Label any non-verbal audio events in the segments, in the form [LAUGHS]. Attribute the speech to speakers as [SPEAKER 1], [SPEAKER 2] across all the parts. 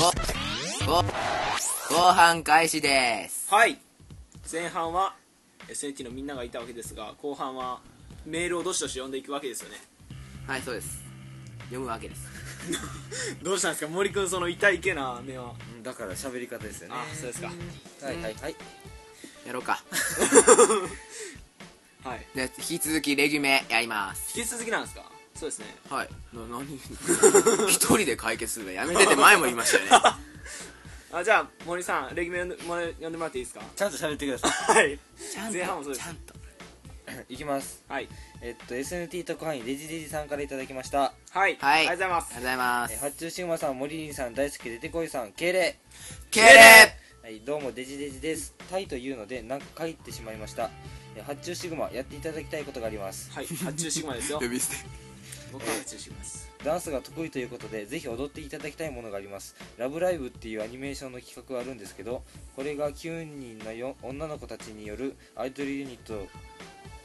[SPEAKER 1] ご、ご、ご飯開始です。
[SPEAKER 2] はい前半は SNT のみんながいたわけですが後半はメールをどしどし読んでいくわけですよね
[SPEAKER 1] はい、そうです。読むわけです。
[SPEAKER 2] [LAUGHS] どうしたんですか森君その痛いけな目は
[SPEAKER 3] うんだから喋り方ですよね
[SPEAKER 2] あそう
[SPEAKER 1] [LAUGHS]
[SPEAKER 2] ですか
[SPEAKER 3] はいはいはい
[SPEAKER 1] やろうか。
[SPEAKER 2] はい
[SPEAKER 1] で引き続きレギュメやります。
[SPEAKER 2] 引き続きなんですかそうですね
[SPEAKER 1] はい。な、な [LAUGHS] に一人で解決するのやめてって前も言いましたよね。
[SPEAKER 2] [LAUGHS] あじゃあ森さんレギュメーもら読んでもらっていいですか
[SPEAKER 3] ちゃんと喋ってくださ
[SPEAKER 2] はい
[SPEAKER 1] [LAUGHS] ちゃん
[SPEAKER 2] [LAUGHS] 前半もそ
[SPEAKER 1] と、
[SPEAKER 2] うで
[SPEAKER 1] ち
[SPEAKER 2] す
[SPEAKER 1] ゃんと。
[SPEAKER 3] [COUGHS] いいきます
[SPEAKER 2] はい
[SPEAKER 3] えっと SNT 特派員レジレジさんからいただきました
[SPEAKER 2] はい、
[SPEAKER 1] はい。
[SPEAKER 2] ありがとうございます
[SPEAKER 1] ありがとうございま
[SPEAKER 3] え
[SPEAKER 1] す。
[SPEAKER 3] 発注シグマさん森林さん大好き出てこいさん敬礼
[SPEAKER 1] けれ
[SPEAKER 3] はい、どうもデジデジです。タイというので、なんか帰ってしまいました。え発注シグマ、やっていただきたいことがあります。
[SPEAKER 2] はい発注シグマですよ
[SPEAKER 1] [LAUGHS] 呼び捨て。
[SPEAKER 2] 僕は発注シグマです
[SPEAKER 3] ダンスが得意ということで、ぜひ踊っていただきたいものがあります。ラブライブっていうアニメーションの企画があるんですけど、これが9人のよ女の子たちによるアイドルユニット、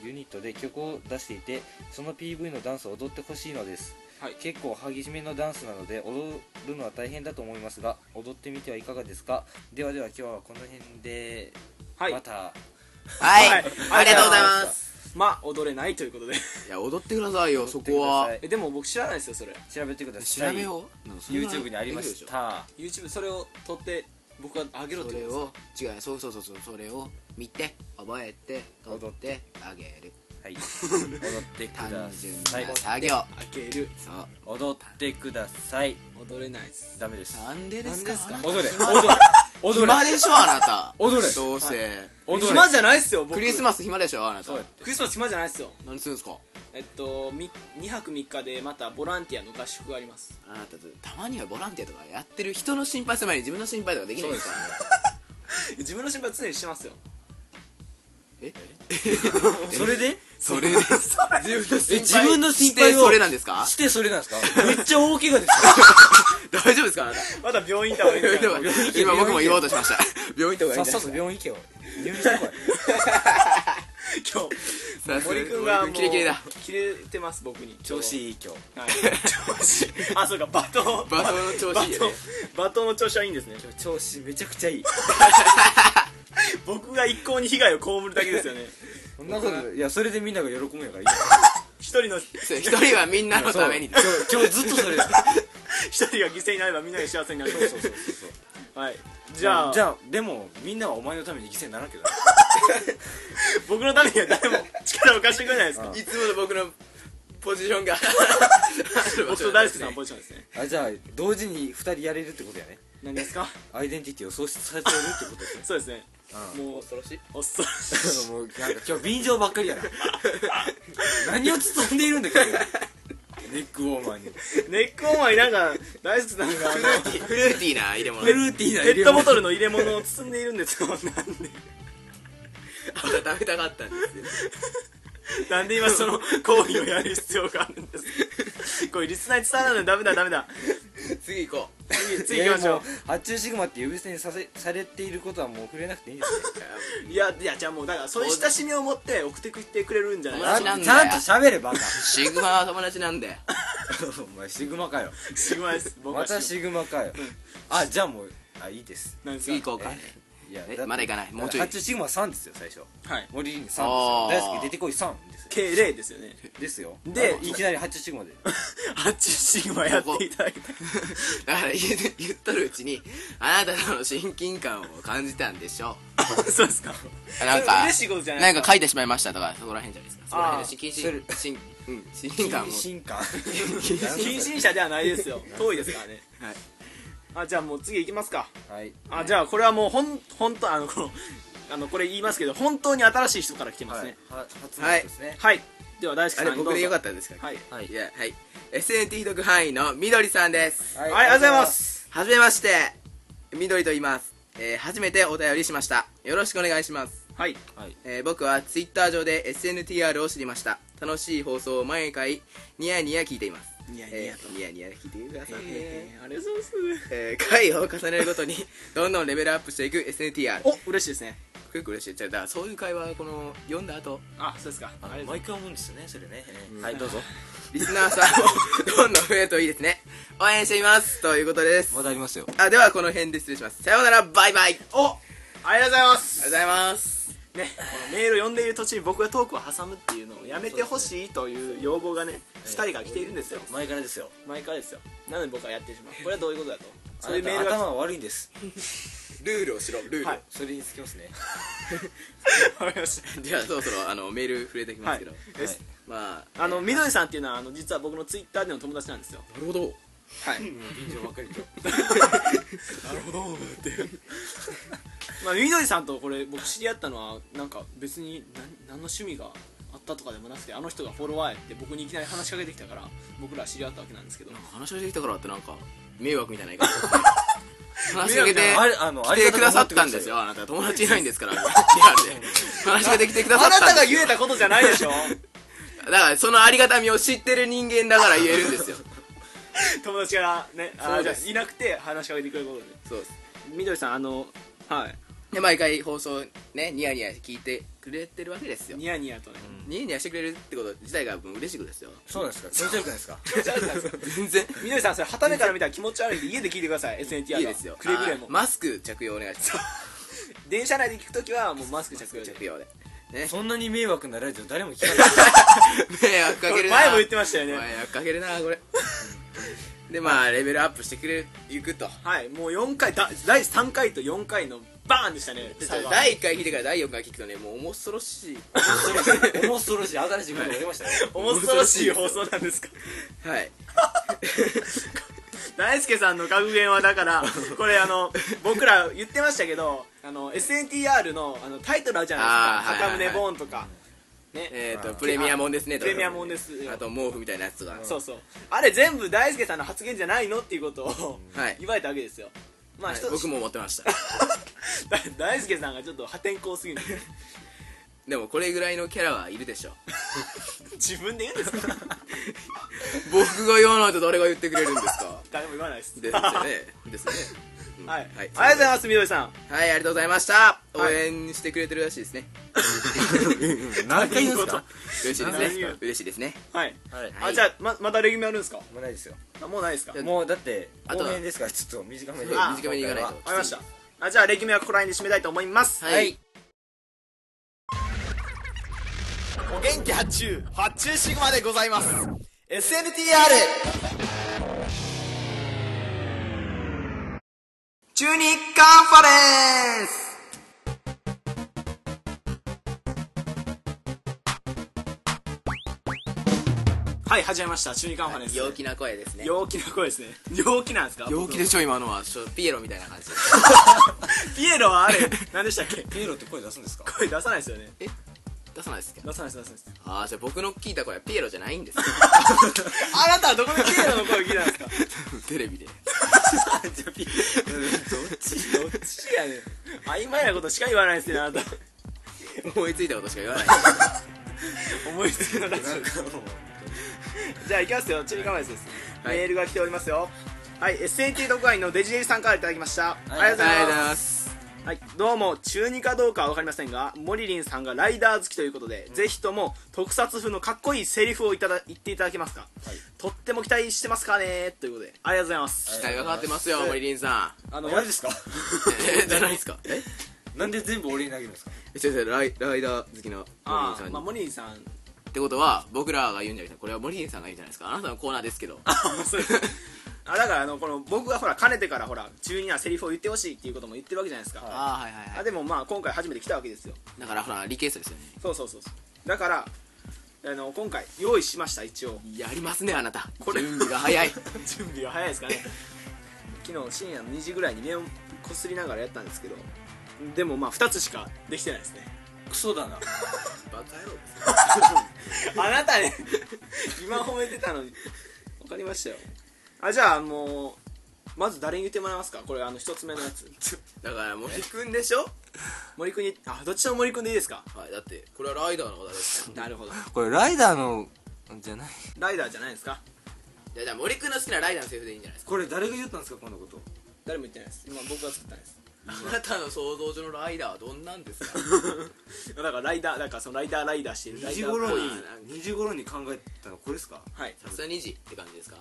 [SPEAKER 3] ユニットで曲を出していて、その PV のダンスを踊ってほしいのです。
[SPEAKER 2] はい
[SPEAKER 3] 結構激しめのダンスなので踊るのは大変だと思いますが踊ってみてはいかがですかではでは今日はこの辺で、
[SPEAKER 2] はい
[SPEAKER 3] また
[SPEAKER 1] は
[SPEAKER 2] はいい。
[SPEAKER 1] ありがとうございます。
[SPEAKER 2] まあ踊れないということで
[SPEAKER 1] いや、踊ってくださいよ、そこは
[SPEAKER 3] 踊っ。て
[SPEAKER 2] えでも僕知らないですよそれ
[SPEAKER 3] 調べてくだ
[SPEAKER 1] 調
[SPEAKER 3] さい
[SPEAKER 1] べよう。なんかそんな
[SPEAKER 3] YouTube にありま
[SPEAKER 1] でき
[SPEAKER 3] し
[SPEAKER 1] るでょ
[SPEAKER 3] た
[SPEAKER 2] YouTube それを撮って僕があげろっ
[SPEAKER 1] そ
[SPEAKER 2] て
[SPEAKER 1] れ
[SPEAKER 2] 言うん
[SPEAKER 1] を違うそうそうそうそうそれを見て覚えて
[SPEAKER 3] 踊
[SPEAKER 1] 踊
[SPEAKER 3] っ
[SPEAKER 1] っててあげる
[SPEAKER 3] はい踊ってく
[SPEAKER 1] 単
[SPEAKER 3] だ
[SPEAKER 1] 純
[SPEAKER 3] さ [LAUGHS] い
[SPEAKER 1] な作業
[SPEAKER 2] ですあげる
[SPEAKER 1] そう
[SPEAKER 3] 踊ってください
[SPEAKER 2] 踊れないです
[SPEAKER 3] ダメです
[SPEAKER 1] なんでですか
[SPEAKER 2] なんですか
[SPEAKER 1] あなた
[SPEAKER 3] 踊れ踊れ踊れ
[SPEAKER 1] 暇でしょあなた
[SPEAKER 3] 踊れ
[SPEAKER 1] どうせ
[SPEAKER 3] 踊れ
[SPEAKER 2] 暇じゃないっすよ僕
[SPEAKER 1] クリスマス暇でしょあなた
[SPEAKER 3] そうや
[SPEAKER 2] クリスマス暇じゃないっすよ
[SPEAKER 1] 何するんですか
[SPEAKER 2] えっとみ2泊3日でまたボランティアの合宿があります
[SPEAKER 1] あなたたまにはボランティアとかやってる人の心配する前に自分の心配とかできないですからね
[SPEAKER 2] [LAUGHS] 自分の心配は常にしてますよ
[SPEAKER 1] え
[SPEAKER 3] それで
[SPEAKER 1] それです
[SPEAKER 3] え自分の心配
[SPEAKER 1] して
[SPEAKER 3] を
[SPEAKER 1] それなんですか
[SPEAKER 3] してそれなんですかめっちゃ大怪我です
[SPEAKER 1] 大丈夫ですかあなた
[SPEAKER 2] まだ [LAUGHS] 病院だわ言って
[SPEAKER 1] でも
[SPEAKER 2] ない
[SPEAKER 1] 今僕も言おうとしました病院とか
[SPEAKER 3] [LAUGHS]
[SPEAKER 1] 行
[SPEAKER 3] さっ
[SPEAKER 1] きた
[SPEAKER 3] さ
[SPEAKER 1] い
[SPEAKER 3] と病院行けよ入院してこ
[SPEAKER 2] 今日森君がも
[SPEAKER 1] 森
[SPEAKER 2] う
[SPEAKER 1] キレキレだ
[SPEAKER 2] キレてます僕に
[SPEAKER 3] い調子いい今日
[SPEAKER 2] はい調子 [LAUGHS] あそうか罵倒
[SPEAKER 1] バトの調子いいよね
[SPEAKER 2] 罵倒の調子はいいんですね
[SPEAKER 3] 今日調子めちゃくちゃいい
[SPEAKER 2] 僕が一向に被害を被るだけです [LAUGHS] よね
[SPEAKER 3] そんなこといやそれでみんなが喜ぶんやからいい
[SPEAKER 2] 一人の
[SPEAKER 1] そう一人はみんなのために
[SPEAKER 3] 今日今日ずっとそれ [LAUGHS] です
[SPEAKER 2] 一人が犠牲になればみんなが幸せになる
[SPEAKER 3] そうそうそうそう
[SPEAKER 2] はいじゃあ
[SPEAKER 3] じゃあでもみんなはお前のために犠牲にならんけどな
[SPEAKER 2] 僕のためには誰も力を貸してくれないですか
[SPEAKER 3] うん
[SPEAKER 1] いつもの僕のポジションが [LAUGHS]
[SPEAKER 2] 僕と大輔さんのポジションですね
[SPEAKER 3] あじゃあ同時に2人やれるってことやね
[SPEAKER 2] 何ですか
[SPEAKER 3] アイデンティティを喪失されてるってこと [LAUGHS] ですね
[SPEAKER 2] そうですね
[SPEAKER 3] うん
[SPEAKER 2] もう
[SPEAKER 1] 恐ろしい
[SPEAKER 2] おっそらしい
[SPEAKER 3] もうなんか今日便乗ばっかりや [LAUGHS] な何を包んでいるんだけどネックウォーマーに
[SPEAKER 2] ネックオンはいなんか大好きなんがあの
[SPEAKER 1] フルーティーな入れ物
[SPEAKER 3] フルーティーな
[SPEAKER 2] ペットボト
[SPEAKER 3] ル
[SPEAKER 2] ルの入れ物を包んでいるんですよなんで
[SPEAKER 1] 食べたかったんですよ
[SPEAKER 2] なんで今その行為をやる必要があるんですかこれリスナーに伝わらないのダメだダメだ
[SPEAKER 1] 次行こう
[SPEAKER 2] 次次行きましょ
[SPEAKER 3] 発注シグマって呼び捨てにさせされていることはもう触れなくていいですね
[SPEAKER 2] ういやいやじゃあもうだからそういう親しみを持って送ってきてくれるんじゃない
[SPEAKER 1] 友達なんだよ
[SPEAKER 3] ちゃんと喋れバカ
[SPEAKER 1] シグマは友達なんで
[SPEAKER 3] [LAUGHS] お前シグマかよ
[SPEAKER 2] シグマです僕
[SPEAKER 3] ま
[SPEAKER 2] は
[SPEAKER 3] た
[SPEAKER 2] シ
[SPEAKER 3] シグマかよあじゃあもうあいいです
[SPEAKER 2] グマなんですか
[SPEAKER 1] 次行こうか
[SPEAKER 3] いや
[SPEAKER 1] え
[SPEAKER 3] だって
[SPEAKER 1] まだ行かないもうちょい
[SPEAKER 3] だって発注シグマ3ですよ最初
[SPEAKER 2] はい
[SPEAKER 3] 森に3ですよ
[SPEAKER 1] あー
[SPEAKER 3] 大好き出てこい3ですよ
[SPEAKER 2] 敬礼ですよね
[SPEAKER 3] ですよ
[SPEAKER 2] で
[SPEAKER 3] あいきなり発注シグマで
[SPEAKER 2] [LAUGHS] ハッチシグマやっていただきたい
[SPEAKER 1] だから言う言っとるうちにあなたとの親近感を感じたんでしょ
[SPEAKER 2] [LAUGHS] そうですか
[SPEAKER 1] うなんか
[SPEAKER 2] 嬉しいことじゃない
[SPEAKER 1] なんか書いてしまいましたとかそこら辺じゃないですかそこら辺の親
[SPEAKER 3] それ
[SPEAKER 1] 近親うん親近感を
[SPEAKER 3] 進化
[SPEAKER 2] [LAUGHS] 近親者ではないですよ [LAUGHS] 遠いですからね
[SPEAKER 1] はい
[SPEAKER 2] あじゃあもう次行きますか
[SPEAKER 3] はい
[SPEAKER 2] あじゃあこれはもうほん本当あのこのあのこれ言いますけど本当に新しい人から来てますね
[SPEAKER 3] は初のですね
[SPEAKER 2] はい、では大輔
[SPEAKER 1] あ
[SPEAKER 2] さん
[SPEAKER 1] れ僕でよか
[SPEAKER 2] っ
[SPEAKER 1] ったんですか
[SPEAKER 2] はい、
[SPEAKER 3] はい
[SPEAKER 1] いやはい SNT 特派員のみどりさんです
[SPEAKER 3] は
[SPEAKER 2] はいありがとうございます
[SPEAKER 1] はじめましてみどりと言います、えー初めてお便りしましたよろしくお願いします
[SPEAKER 2] はい
[SPEAKER 3] はい
[SPEAKER 1] えー僕はツイッター上で SNTR を知りました楽しい放送を毎回ニヤニヤ聞いています
[SPEAKER 2] ニヤニヤと
[SPEAKER 1] えーニヤニヤ聞いてくださいね
[SPEAKER 2] えー、ありがとうございま
[SPEAKER 1] [LAUGHS]
[SPEAKER 2] す
[SPEAKER 1] えー回を重ねるごとにどんどんレベルアップしていく SNTR
[SPEAKER 2] お嬉しいですね
[SPEAKER 1] 結構嬉しいじゃあだからそういう会話この読んだ後 [LAUGHS]
[SPEAKER 2] あそうですか
[SPEAKER 4] あ
[SPEAKER 2] あ
[SPEAKER 4] の
[SPEAKER 2] りがとうござい
[SPEAKER 4] 毎回思うんですよねそれね、えー
[SPEAKER 1] うん
[SPEAKER 4] はいどうぞ
[SPEAKER 1] リスナーさんも [LAUGHS] どんどん増えるといいですね応援していますということです
[SPEAKER 4] まだありますよ
[SPEAKER 1] あではこの辺で失礼しますさようならバイバイありがとう
[SPEAKER 2] ますおありがとうございます
[SPEAKER 1] ございます
[SPEAKER 2] ね、このメールを読んでいる途中に僕がトークを挟むっていうのをやめてほしいという要望がね2人が来ているんですよ
[SPEAKER 4] 前からですよ
[SPEAKER 2] 毎回ですよなので僕はやってしまうこれはどういうことだと
[SPEAKER 4] そ
[SPEAKER 2] そう
[SPEAKER 4] うい
[SPEAKER 2] いうう
[SPEAKER 4] メ
[SPEAKER 2] メ
[SPEAKER 4] ー
[SPEAKER 2] ー
[SPEAKER 4] ル
[SPEAKER 2] ル
[SPEAKER 4] が
[SPEAKER 2] が
[SPEAKER 4] 頭は悪いんです
[SPEAKER 1] ルールをしろルール、
[SPEAKER 2] はい
[SPEAKER 4] それにつきますね
[SPEAKER 2] わかりました
[SPEAKER 1] ではそろそろあのメール触れていきますけど、
[SPEAKER 2] で
[SPEAKER 4] はい
[SPEAKER 2] す
[SPEAKER 1] まあ
[SPEAKER 2] あのみどりさんっていうのはあの実は僕のツイッターでの友達なんですよ
[SPEAKER 1] なるほど
[SPEAKER 2] はい
[SPEAKER 4] 臨場ばかりと
[SPEAKER 2] まあみどりさんとこれ僕知り合ったのはなんか別に何何の趣味があったとかでもなくてあの人がフォロワーやって僕にいきなり話しかけてきたから僕ら知り合ったわけなんですけど
[SPEAKER 1] なんか話しかけてきたからってなんか迷惑みたいな言い方
[SPEAKER 2] [LAUGHS]
[SPEAKER 1] 話し
[SPEAKER 4] あ
[SPEAKER 1] かけて
[SPEAKER 4] れあのあ
[SPEAKER 1] 来
[SPEAKER 4] りがと
[SPEAKER 1] てく
[SPEAKER 4] う
[SPEAKER 1] だ
[SPEAKER 4] ござ
[SPEAKER 1] さ
[SPEAKER 4] い
[SPEAKER 1] っ
[SPEAKER 4] ます
[SPEAKER 1] たんですよあなた友達いないんですからリアルで話しかけてきてくださ
[SPEAKER 2] あ
[SPEAKER 1] った
[SPEAKER 2] な
[SPEAKER 1] です
[SPEAKER 2] んたが言えたことじゃないでしょ
[SPEAKER 1] だからそのありがたみを知ってる人間だから言えるん
[SPEAKER 2] [LAUGHS]
[SPEAKER 1] ですよ
[SPEAKER 2] 友達がねあ
[SPEAKER 1] そう
[SPEAKER 2] じゃ
[SPEAKER 1] で
[SPEAKER 2] あ
[SPEAKER 1] す
[SPEAKER 2] いなくて話しかけてくれることで
[SPEAKER 1] そうです
[SPEAKER 2] みどりさんあのはい
[SPEAKER 1] で毎回放送ねニヤニヤ聞いてくれてるわけですよ
[SPEAKER 2] ニヤニヤとね、
[SPEAKER 1] ニヤニヤしてくれるってこと自体がもう嬉しいことですよ
[SPEAKER 4] そうなんですか気持ち悪くないですか
[SPEAKER 1] 全然
[SPEAKER 2] みどりさんそれはためから見たら気持ち悪いんで家で聞いてください SNTR はい
[SPEAKER 1] いですよ
[SPEAKER 2] くれぐれも
[SPEAKER 1] あーマスク着用お願いしま
[SPEAKER 2] 電車内で聞くときはもうマスク着用
[SPEAKER 1] す
[SPEAKER 2] で
[SPEAKER 1] 着用でね
[SPEAKER 4] そんなに迷惑なラジオ誰も聞かないです
[SPEAKER 1] [LAUGHS] 迷惑か
[SPEAKER 2] こ
[SPEAKER 1] ける
[SPEAKER 2] れ
[SPEAKER 1] な
[SPEAKER 2] 前も言ってましたよね
[SPEAKER 1] 迷惑かけるなこれでまあレベルアップしてくれいくと
[SPEAKER 2] はいもう4回だ第3回と4回のバーンでしたね差が
[SPEAKER 1] 第1回聞いてから第4回聞くとねもう面白
[SPEAKER 2] [LAUGHS]
[SPEAKER 1] しい
[SPEAKER 4] 面白いし新しいことが出ましたね
[SPEAKER 2] 恐ろしい放送なん [LAUGHS] ですか
[SPEAKER 1] はい
[SPEAKER 2] 大輔さんの格言はだからこれあ [LAUGHS] の僕ら言ってましたけどあの SNTR のあのタイトルあるじゃないです
[SPEAKER 1] あー
[SPEAKER 2] か「赤
[SPEAKER 1] はいはい
[SPEAKER 2] 胸
[SPEAKER 1] はい
[SPEAKER 2] ボーン」とかね
[SPEAKER 1] えっとプレミアモンですねと
[SPEAKER 2] プレミアモンです
[SPEAKER 1] あと毛布みたいなやつとか
[SPEAKER 2] そうそうあれ全部大輔さんの発言じゃないのっていうことを、
[SPEAKER 1] はい
[SPEAKER 2] 言われたわけですよまあ
[SPEAKER 1] はい
[SPEAKER 2] 一つ、
[SPEAKER 1] 僕も思ってました [LAUGHS]
[SPEAKER 2] だ [LAUGHS] 大輔さんがちょっと破天荒すぎる
[SPEAKER 1] でもこれぐらいのキャラはいるでしょ [LAUGHS]
[SPEAKER 2] 自分で言うんですか
[SPEAKER 1] 僕が言わないと誰が言ってくれるんです
[SPEAKER 2] [LAUGHS]
[SPEAKER 1] か
[SPEAKER 2] 誰も言わないです
[SPEAKER 1] です
[SPEAKER 2] は
[SPEAKER 1] よ
[SPEAKER 2] い、
[SPEAKER 1] ねですよねうん
[SPEAKER 2] ありがとうございますみどりさん
[SPEAKER 1] はいありがとうございました応
[SPEAKER 2] はい
[SPEAKER 1] 援してくれてるらしいですね
[SPEAKER 4] 何回言うんですか
[SPEAKER 1] 嬉しいです
[SPEAKER 2] 何
[SPEAKER 1] ね
[SPEAKER 2] 言う
[SPEAKER 1] 嬉しいですね
[SPEAKER 2] はい、
[SPEAKER 4] はい
[SPEAKER 1] はい
[SPEAKER 2] あじゃあままたレギュメあるんですか
[SPEAKER 4] もうないですよ
[SPEAKER 2] あもうないですか
[SPEAKER 1] じゃあ
[SPEAKER 4] もうだって
[SPEAKER 1] あと
[SPEAKER 4] 後
[SPEAKER 1] は
[SPEAKER 4] 編ですからちょっと短めで
[SPEAKER 1] あ短めにいかないと
[SPEAKER 4] 今
[SPEAKER 2] わかりましたあじゃあレギュメはここら辺で締めたいと思います
[SPEAKER 1] はい
[SPEAKER 2] お元気発注発注シグマでございます SNTR 中日カンファレンスはい始めました中日カンファレンス、
[SPEAKER 1] 陽気な声ですね
[SPEAKER 2] 陽気な声ですね陽気なんですか
[SPEAKER 1] 陽気でしょ今のはちょピエロみたいな感じで
[SPEAKER 2] ピエロは [LAUGHS] あれ何でしたっけ
[SPEAKER 4] ピエロって声出すんですか
[SPEAKER 2] 声出さないですよね
[SPEAKER 1] 出さないですけど
[SPEAKER 2] 出さないです出さないです
[SPEAKER 1] ああじゃあ僕の聞いた声はピエロじゃないん
[SPEAKER 2] [LAUGHS]
[SPEAKER 1] ですよ
[SPEAKER 2] あなたはどこでピエロの声を聞いたんですか
[SPEAKER 1] テレビで
[SPEAKER 4] じゃあピエ
[SPEAKER 2] どっちやねん曖昧なことしか言わないですよねあなた
[SPEAKER 1] 思いついたことしか言
[SPEAKER 2] [LAUGHS]
[SPEAKER 1] わない
[SPEAKER 2] 思いつきのラジ
[SPEAKER 4] ロなんかもう
[SPEAKER 2] オ [LAUGHS] じゃあ行きますよチリカマイスです、
[SPEAKER 1] はい
[SPEAKER 2] メールが来ておりますよはい SNT 特派員のデジデジさんからいただきました、ありがとうございます
[SPEAKER 1] す
[SPEAKER 2] はい、どうも中二かどうかは分かりませんがモリリンさんがライダー好きということで、ぜひとも特撮風のかっこいいセリフをいただ言っていただけますか、とっても期待してますかねということでありがとうございます
[SPEAKER 1] 期待がかかってますよ森林さん
[SPEAKER 2] [LAUGHS] あの
[SPEAKER 4] マジですか
[SPEAKER 1] えじゃないですかえ
[SPEAKER 4] なんで全部俺に投げるんですか
[SPEAKER 1] 先生ライライダー好きな森
[SPEAKER 2] あ
[SPEAKER 1] 林さ
[SPEAKER 2] ー、
[SPEAKER 1] ん
[SPEAKER 2] まあ、
[SPEAKER 1] に
[SPEAKER 2] モリリンさん
[SPEAKER 1] ってことは僕らが言うんじゃなくてこれは森林さんが言うんじゃないですかあなたのコーナーですけど
[SPEAKER 2] そう [LAUGHS] ですあだからあのこの僕がほらかねてからほら中二なセリフを言ってほしいっていうことも言ってるわけじゃないですか、
[SPEAKER 1] ああはいはいは
[SPEAKER 2] あでもまあ今回初めて来たわけですよ
[SPEAKER 1] いだからほらリクエストですよね
[SPEAKER 2] そうそうそうそうだからあの今回用意しました一応 [LAUGHS]
[SPEAKER 1] やりますねあなた
[SPEAKER 2] これ
[SPEAKER 1] 準備が
[SPEAKER 2] [LAUGHS]
[SPEAKER 1] 早い
[SPEAKER 2] 準備が早いですかね昨日深夜の2時ぐらいに目をこすりながらやったんですけどでもまあ2つしかできてないですね
[SPEAKER 4] クソだな
[SPEAKER 1] バカ野郎です [LAUGHS]
[SPEAKER 2] あなたね今褒めてた [LAUGHS] のに分かりましたよあじゃあもうまず誰に言ってもらえますかこれあの1つ目のやつ [LAUGHS]
[SPEAKER 1] だから森くんでしょ
[SPEAKER 2] 森君にあどっちの森君でいいですか
[SPEAKER 1] はいだってこれはライダーの方だです
[SPEAKER 2] なるほど
[SPEAKER 4] これライダーのじゃない
[SPEAKER 2] ライダーじゃないですか
[SPEAKER 1] じゃあじゃあ森くんの好きなライダーのセリフでいいんじゃないですか
[SPEAKER 4] これ誰が言ったんですかこんなこと
[SPEAKER 2] 誰も言ってないです今僕が作ったんです
[SPEAKER 1] あなたの想像上のライダーはどんなん [LAUGHS] ですか
[SPEAKER 2] だからライダーだからそのライダーライダーしてるラ
[SPEAKER 3] 2
[SPEAKER 2] イ
[SPEAKER 3] 時
[SPEAKER 2] ダーっぽい
[SPEAKER 3] 頃に
[SPEAKER 1] ライダーっぽい
[SPEAKER 3] 2時頃に考えたのこれですか
[SPEAKER 2] はい
[SPEAKER 1] さすが2時って感じですか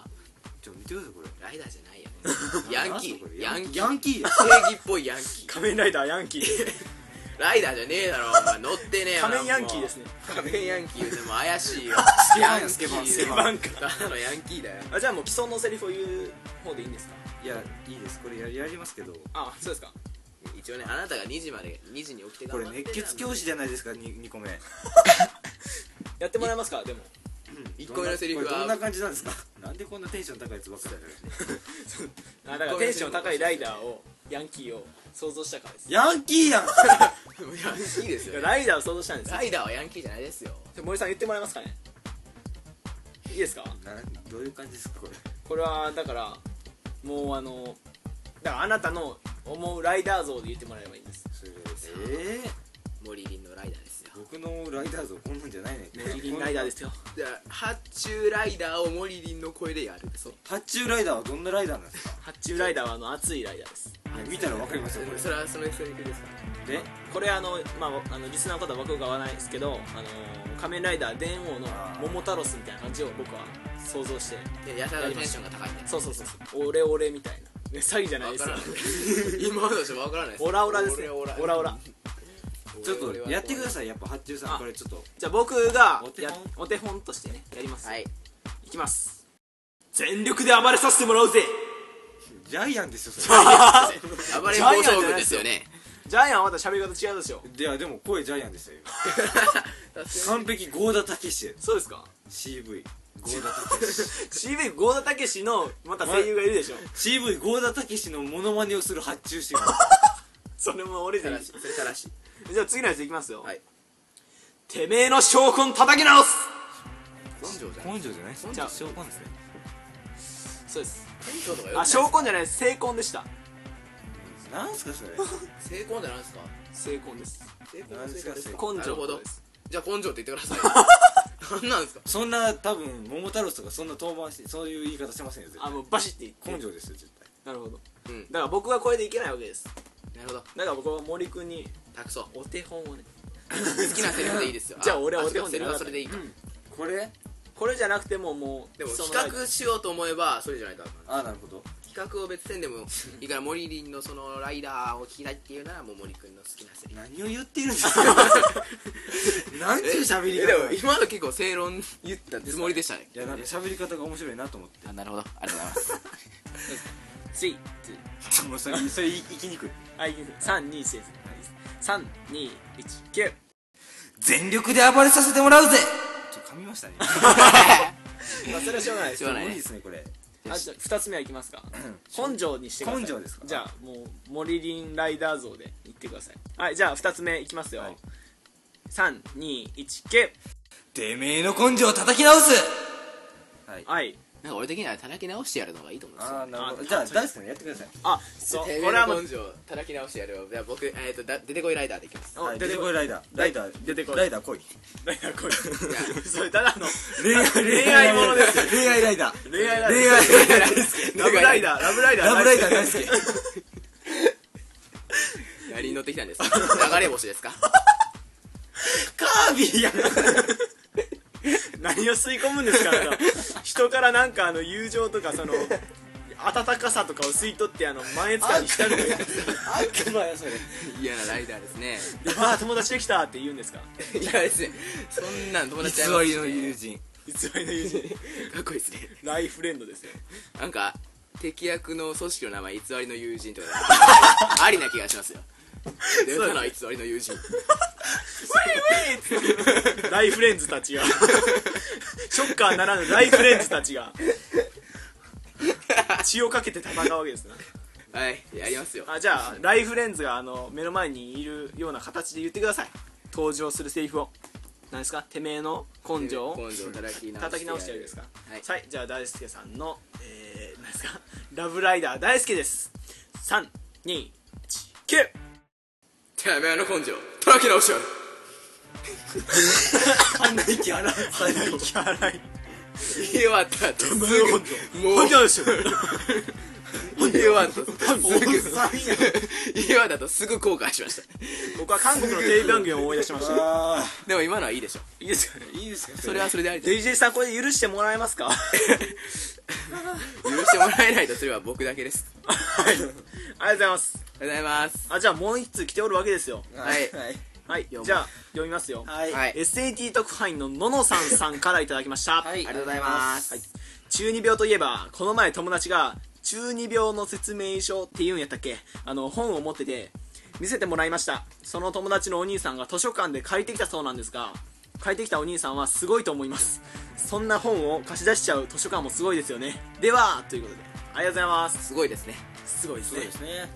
[SPEAKER 3] ちょ見てくださいこれ
[SPEAKER 1] ライダーじゃないよね [LAUGHS] ヤンキ
[SPEAKER 3] なんだこ
[SPEAKER 1] ー
[SPEAKER 3] れ
[SPEAKER 1] ヤンキ
[SPEAKER 3] ヤ
[SPEAKER 1] ー
[SPEAKER 3] ンキーや
[SPEAKER 1] 正義っぽいヤンキー
[SPEAKER 2] 仮面ライダーヤンキーですね
[SPEAKER 1] ライダーじゃねえだろお前乗ってねえよ
[SPEAKER 2] 仮面ヤンキーですね
[SPEAKER 1] 仮面ヤンキーでも怪しいよ
[SPEAKER 3] バン [LAUGHS] スケバンスケ
[SPEAKER 1] ヤ
[SPEAKER 3] バ
[SPEAKER 1] ン
[SPEAKER 3] ン
[SPEAKER 1] キー
[SPEAKER 2] なんか
[SPEAKER 1] ただのヤンキーだよ
[SPEAKER 2] あじゃあもう既存のセリフを言う方でいいんですか
[SPEAKER 3] いやいいですこれややりますけど
[SPEAKER 2] あそうですか
[SPEAKER 1] 一応ねあなたが2時まで2時に起きて
[SPEAKER 3] こ
[SPEAKER 1] 頑
[SPEAKER 3] れ
[SPEAKER 1] 張って
[SPEAKER 3] 熱血教師じゃないですか 2, 個目
[SPEAKER 2] やってもらえますかでも
[SPEAKER 1] 1個目のセリフ
[SPEAKER 3] これどん
[SPEAKER 1] は
[SPEAKER 3] な感じなんですかなんでこんなテンション高いやつばっかりだよ
[SPEAKER 2] あだからテンション高いライダーをヤンキーを想像したからです
[SPEAKER 3] ヤンキーや
[SPEAKER 1] ヤ
[SPEAKER 3] ん [LAUGHS]
[SPEAKER 1] ンキーですよ、ね、
[SPEAKER 2] ライダーを想像したんですよ
[SPEAKER 1] ライダーはヤンキーじゃないですよ
[SPEAKER 2] じゃあ森さん言ってもらえますかねいいですか
[SPEAKER 3] なんどういう感じですかこれ
[SPEAKER 2] これはだからもうあのだからあなたの思うライダー像で言ってもらえばいいん [LAUGHS] です
[SPEAKER 3] それええ
[SPEAKER 1] 森林のライダーですよ
[SPEAKER 3] 僕のライダー像こんなんじゃないね
[SPEAKER 2] 森林ライダーですよ
[SPEAKER 1] じゃあ発注ライダーを森林の声でやるそう
[SPEAKER 3] 発注ライダーはどんなライダーなんですか
[SPEAKER 2] 発注ライダーはあの熱いライダーです
[SPEAKER 3] いや見たらわかりますよこれ
[SPEAKER 1] それはそのセリフですか
[SPEAKER 3] [LAUGHS] で
[SPEAKER 2] これあの、まあ、あのリスナーの方は僕が合わないですけど「あの仮面ライダー電王」の桃太郎スみたいな感じを僕は想像して
[SPEAKER 1] でやたらテンションが高いんだよ
[SPEAKER 2] そうそうそうそうオレオレみたいな、ね、詐欺じゃな
[SPEAKER 1] わ
[SPEAKER 2] いです
[SPEAKER 1] から
[SPEAKER 2] よ
[SPEAKER 1] ない今の人分からないです
[SPEAKER 2] オラオラですね
[SPEAKER 1] オ
[SPEAKER 2] オ
[SPEAKER 1] ラ
[SPEAKER 2] ラ
[SPEAKER 1] オラ
[SPEAKER 2] オラ
[SPEAKER 3] ちょっとやってくだ
[SPEAKER 1] さ
[SPEAKER 3] さいやっぱ発注さ
[SPEAKER 2] あ
[SPEAKER 3] んこれちょっと
[SPEAKER 2] じゃあ僕が
[SPEAKER 3] お手
[SPEAKER 2] や
[SPEAKER 3] 本
[SPEAKER 2] お手本としてねやります、、
[SPEAKER 1] はいい
[SPEAKER 2] きます全力で暴れさせてもらうぜ
[SPEAKER 3] ジャイアンですよそ [LAUGHS] れ
[SPEAKER 1] 暴れん坊将軍ですよね
[SPEAKER 2] ジャイアンはまた喋り方違うでしょ
[SPEAKER 3] いやでも声ジャイアンですよ今 [LAUGHS] 完璧ゴーダたけし
[SPEAKER 2] そうですか
[SPEAKER 3] CV ゴーダたけ [LAUGHS] し
[SPEAKER 2] CV 郷田武史のまた声優がいるでしょ
[SPEAKER 3] CV ゴーダたけしのモノマネをする発注してます
[SPEAKER 2] それも俺じ
[SPEAKER 1] た
[SPEAKER 2] ゃな
[SPEAKER 1] ら
[SPEAKER 2] い
[SPEAKER 1] しそれたらし
[SPEAKER 2] じゃあ次のやついきますよ、
[SPEAKER 1] はい
[SPEAKER 2] てめえの証拠を叩き直す
[SPEAKER 1] 根性じゃない
[SPEAKER 3] 根性じゃない
[SPEAKER 2] じゃあ
[SPEAKER 3] 証拠ですね
[SPEAKER 2] そうです
[SPEAKER 1] 根性とかよくない
[SPEAKER 2] あ証拠じゃないです成婚でした
[SPEAKER 3] なんすかそれ
[SPEAKER 1] 成功じゃないですか
[SPEAKER 2] 成婚です
[SPEAKER 1] 成功
[SPEAKER 3] なん
[SPEAKER 1] 成
[SPEAKER 3] です
[SPEAKER 1] 功
[SPEAKER 3] か
[SPEAKER 1] です
[SPEAKER 3] それ
[SPEAKER 2] 根
[SPEAKER 1] なる
[SPEAKER 2] 性
[SPEAKER 1] ほど
[SPEAKER 2] です
[SPEAKER 1] じゃあ根性って言ってください何なんですか
[SPEAKER 3] [LAUGHS] そんな多分桃太郎とかそんな遠回しそういう言い方してませんよ絶
[SPEAKER 2] あ
[SPEAKER 3] 対
[SPEAKER 2] もうバシッていって
[SPEAKER 3] 根性ですよ絶対
[SPEAKER 2] なるほど、
[SPEAKER 1] うん
[SPEAKER 2] だから僕はこれでいけないわけです
[SPEAKER 1] なるほど
[SPEAKER 2] だから僕は森君に
[SPEAKER 1] 託そう
[SPEAKER 2] お手本をね
[SPEAKER 1] 好きなセリフでいい [LAUGHS] ですよ
[SPEAKER 2] じゃあ俺はお手本
[SPEAKER 1] セリ
[SPEAKER 2] で
[SPEAKER 1] フはそれでいいか
[SPEAKER 3] これ
[SPEAKER 2] これじゃなくてももう
[SPEAKER 1] でも比
[SPEAKER 2] その
[SPEAKER 1] 較しようと思えばそれじゃないと
[SPEAKER 3] あなるほど
[SPEAKER 1] 比較を別線でもいいから森林のそのライダーを聞きたいっていうならもう森君の好きなセリフ
[SPEAKER 3] 何を言ってるんです [LAUGHS] か何ていう喋り
[SPEAKER 1] え
[SPEAKER 3] 方
[SPEAKER 1] でも今の結構正論言ったつもりでしたね
[SPEAKER 3] いやなんか喋り方が面白いなと思って
[SPEAKER 1] あなるほどありがとうございます
[SPEAKER 2] つい
[SPEAKER 3] ちょもうそれそれい生きにくい
[SPEAKER 2] はい321です321キュー
[SPEAKER 3] 全力で暴れさせてもらうぜちょっと噛みましたね
[SPEAKER 2] まあそれはしょうがないで
[SPEAKER 1] し
[SPEAKER 2] す
[SPEAKER 1] ょうがない
[SPEAKER 3] 無理ですねこれ
[SPEAKER 1] [LAUGHS]
[SPEAKER 2] あじゃあ2つ目はいきますか根性にしてください
[SPEAKER 3] 根性ですか
[SPEAKER 2] じゃあもう森林ライダー像でいってくださいはいじゃあ2つ目いきますよ、
[SPEAKER 3] はい
[SPEAKER 2] 321キュー
[SPEAKER 3] てめえの根性を叩き直すはい
[SPEAKER 2] はい
[SPEAKER 1] なんか俺的には叩き直してやるのがいいと思うんです
[SPEAKER 3] あ
[SPEAKER 1] よ
[SPEAKER 3] あなるほど
[SPEAKER 2] あ
[SPEAKER 3] じゃあ大好きなのやってください
[SPEAKER 2] あそう
[SPEAKER 1] てめえの
[SPEAKER 2] これはもう
[SPEAKER 1] 根性叩き直してやるよじゃあ僕、えー、とだ出てこいライダーでいきます
[SPEAKER 2] お
[SPEAKER 3] はい
[SPEAKER 2] 出
[SPEAKER 3] 出
[SPEAKER 2] て
[SPEAKER 3] て
[SPEAKER 2] こ
[SPEAKER 3] こ
[SPEAKER 2] い
[SPEAKER 3] いライダーライダー
[SPEAKER 2] 出てこい
[SPEAKER 3] ライダー来い
[SPEAKER 2] ライダーこいそれただの
[SPEAKER 3] [LAUGHS] 恋愛
[SPEAKER 2] 恋愛ものですよ
[SPEAKER 3] 恋愛ライダー
[SPEAKER 2] 恋愛ライダー
[SPEAKER 3] 恋愛ライダー
[SPEAKER 2] ラブライダーラブライダー
[SPEAKER 3] ラブライダー大好き
[SPEAKER 1] 何に乗ってきたんですか流れ星ですか
[SPEAKER 3] カ [LAUGHS] ービィや
[SPEAKER 2] 何を吸い込むんですかあの人からなんかあの友情とかその温かさとかを吸い取ってあの満悦感に浸るという
[SPEAKER 3] 悪魔やそれ
[SPEAKER 1] [LAUGHS] 嫌なライダーですね
[SPEAKER 2] でまあ友達できたって言うんですか
[SPEAKER 1] いやですねそんなん友達ちゃいます
[SPEAKER 3] 偽りの友人
[SPEAKER 2] 偽りの友人
[SPEAKER 1] かっこいいですね
[SPEAKER 2] ライフレンドですよ
[SPEAKER 1] なんか敵役の組織の名前偽りの友人とかありな気がしますよ出たな偽りの友人
[SPEAKER 2] ライフレンズたちがショッカーならぬライフレンズたちが血をかけて戦うわけですね
[SPEAKER 1] はいやりますよ
[SPEAKER 2] あじゃあライフレンズがあの目の前にいるような形で言ってください登場するセリフを何ですかてめえの根性を
[SPEAKER 1] 根性を叩き直してやる
[SPEAKER 2] 叩き直してやるですか
[SPEAKER 1] はい
[SPEAKER 2] はい、じゃあ大輔さんのえー、何ですかラブライダー大輔です321
[SPEAKER 1] てめえの根性叩き直してやる
[SPEAKER 3] 鼻息荒い
[SPEAKER 2] キャラい
[SPEAKER 1] 言い終わったとすぐもう
[SPEAKER 2] 本当ですよ
[SPEAKER 1] イエワンとすぐ
[SPEAKER 3] 遅いな
[SPEAKER 1] イエワンだとすぐ後悔しました
[SPEAKER 2] 僕は韓国のテレビ番組を思い出しました
[SPEAKER 3] あ
[SPEAKER 1] でも今のはいいでしょ
[SPEAKER 2] いいですかね
[SPEAKER 3] ーいいですか
[SPEAKER 1] それはそれでありだ
[SPEAKER 2] DJ さんこれ許してもらえます
[SPEAKER 3] [LAUGHS]
[SPEAKER 2] か [LAUGHS]
[SPEAKER 1] 許してもらえないとすれば僕だけです
[SPEAKER 2] ありがとうございます
[SPEAKER 1] ありがとうございます
[SPEAKER 2] あじゃあもう一通来ておるわけですよ
[SPEAKER 1] はい
[SPEAKER 3] はい
[SPEAKER 2] はい
[SPEAKER 1] む
[SPEAKER 2] じゃあ読みますよ
[SPEAKER 3] はい
[SPEAKER 1] はい
[SPEAKER 2] SAT 特派員のののさんさんからいただきました、
[SPEAKER 3] は
[SPEAKER 1] あ
[SPEAKER 3] い
[SPEAKER 1] りがとうございます
[SPEAKER 2] はい中二病といえばこの前友達が中二病の説明書っていうんやったっけあの本を持ってて見せてもらいましたその友達のお兄さんが図書館で借りてきたそうなんですが借りてきたお兄さんはすごいと思いますそんな本を貸し出しちゃう図書館もすごいですよねではということでありがとうございます
[SPEAKER 1] すごいですね [LAUGHS]
[SPEAKER 2] すごいです
[SPEAKER 3] そう
[SPEAKER 2] ね
[SPEAKER 3] ですね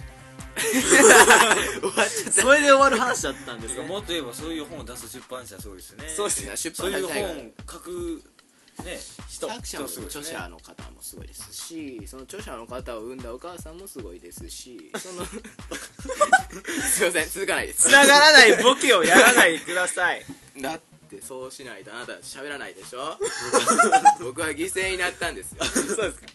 [SPEAKER 1] 終わっちゃった
[SPEAKER 2] それで終わる話だったんで
[SPEAKER 3] て
[SPEAKER 2] す
[SPEAKER 3] か
[SPEAKER 2] [LAUGHS] ね
[SPEAKER 3] もっと言えばそういう本を出す出版社すごいですね
[SPEAKER 1] そうですね出
[SPEAKER 3] そう
[SPEAKER 1] 版
[SPEAKER 3] い
[SPEAKER 1] 社自
[SPEAKER 3] う
[SPEAKER 1] 体が
[SPEAKER 3] 本を書くね人
[SPEAKER 1] 作者も
[SPEAKER 3] すごいです
[SPEAKER 1] 著
[SPEAKER 3] ね
[SPEAKER 1] 者の方もすごいですしその著者の方を産んだお母さんもすごいですしそ
[SPEAKER 2] [LAUGHS]
[SPEAKER 1] のすいません続かないです
[SPEAKER 2] 繋がらないボケをやらないでください
[SPEAKER 1] だってそうしないとあなた喋らないでし
[SPEAKER 2] [LAUGHS]
[SPEAKER 1] ょ僕は犠牲になったんですよ
[SPEAKER 2] そうですか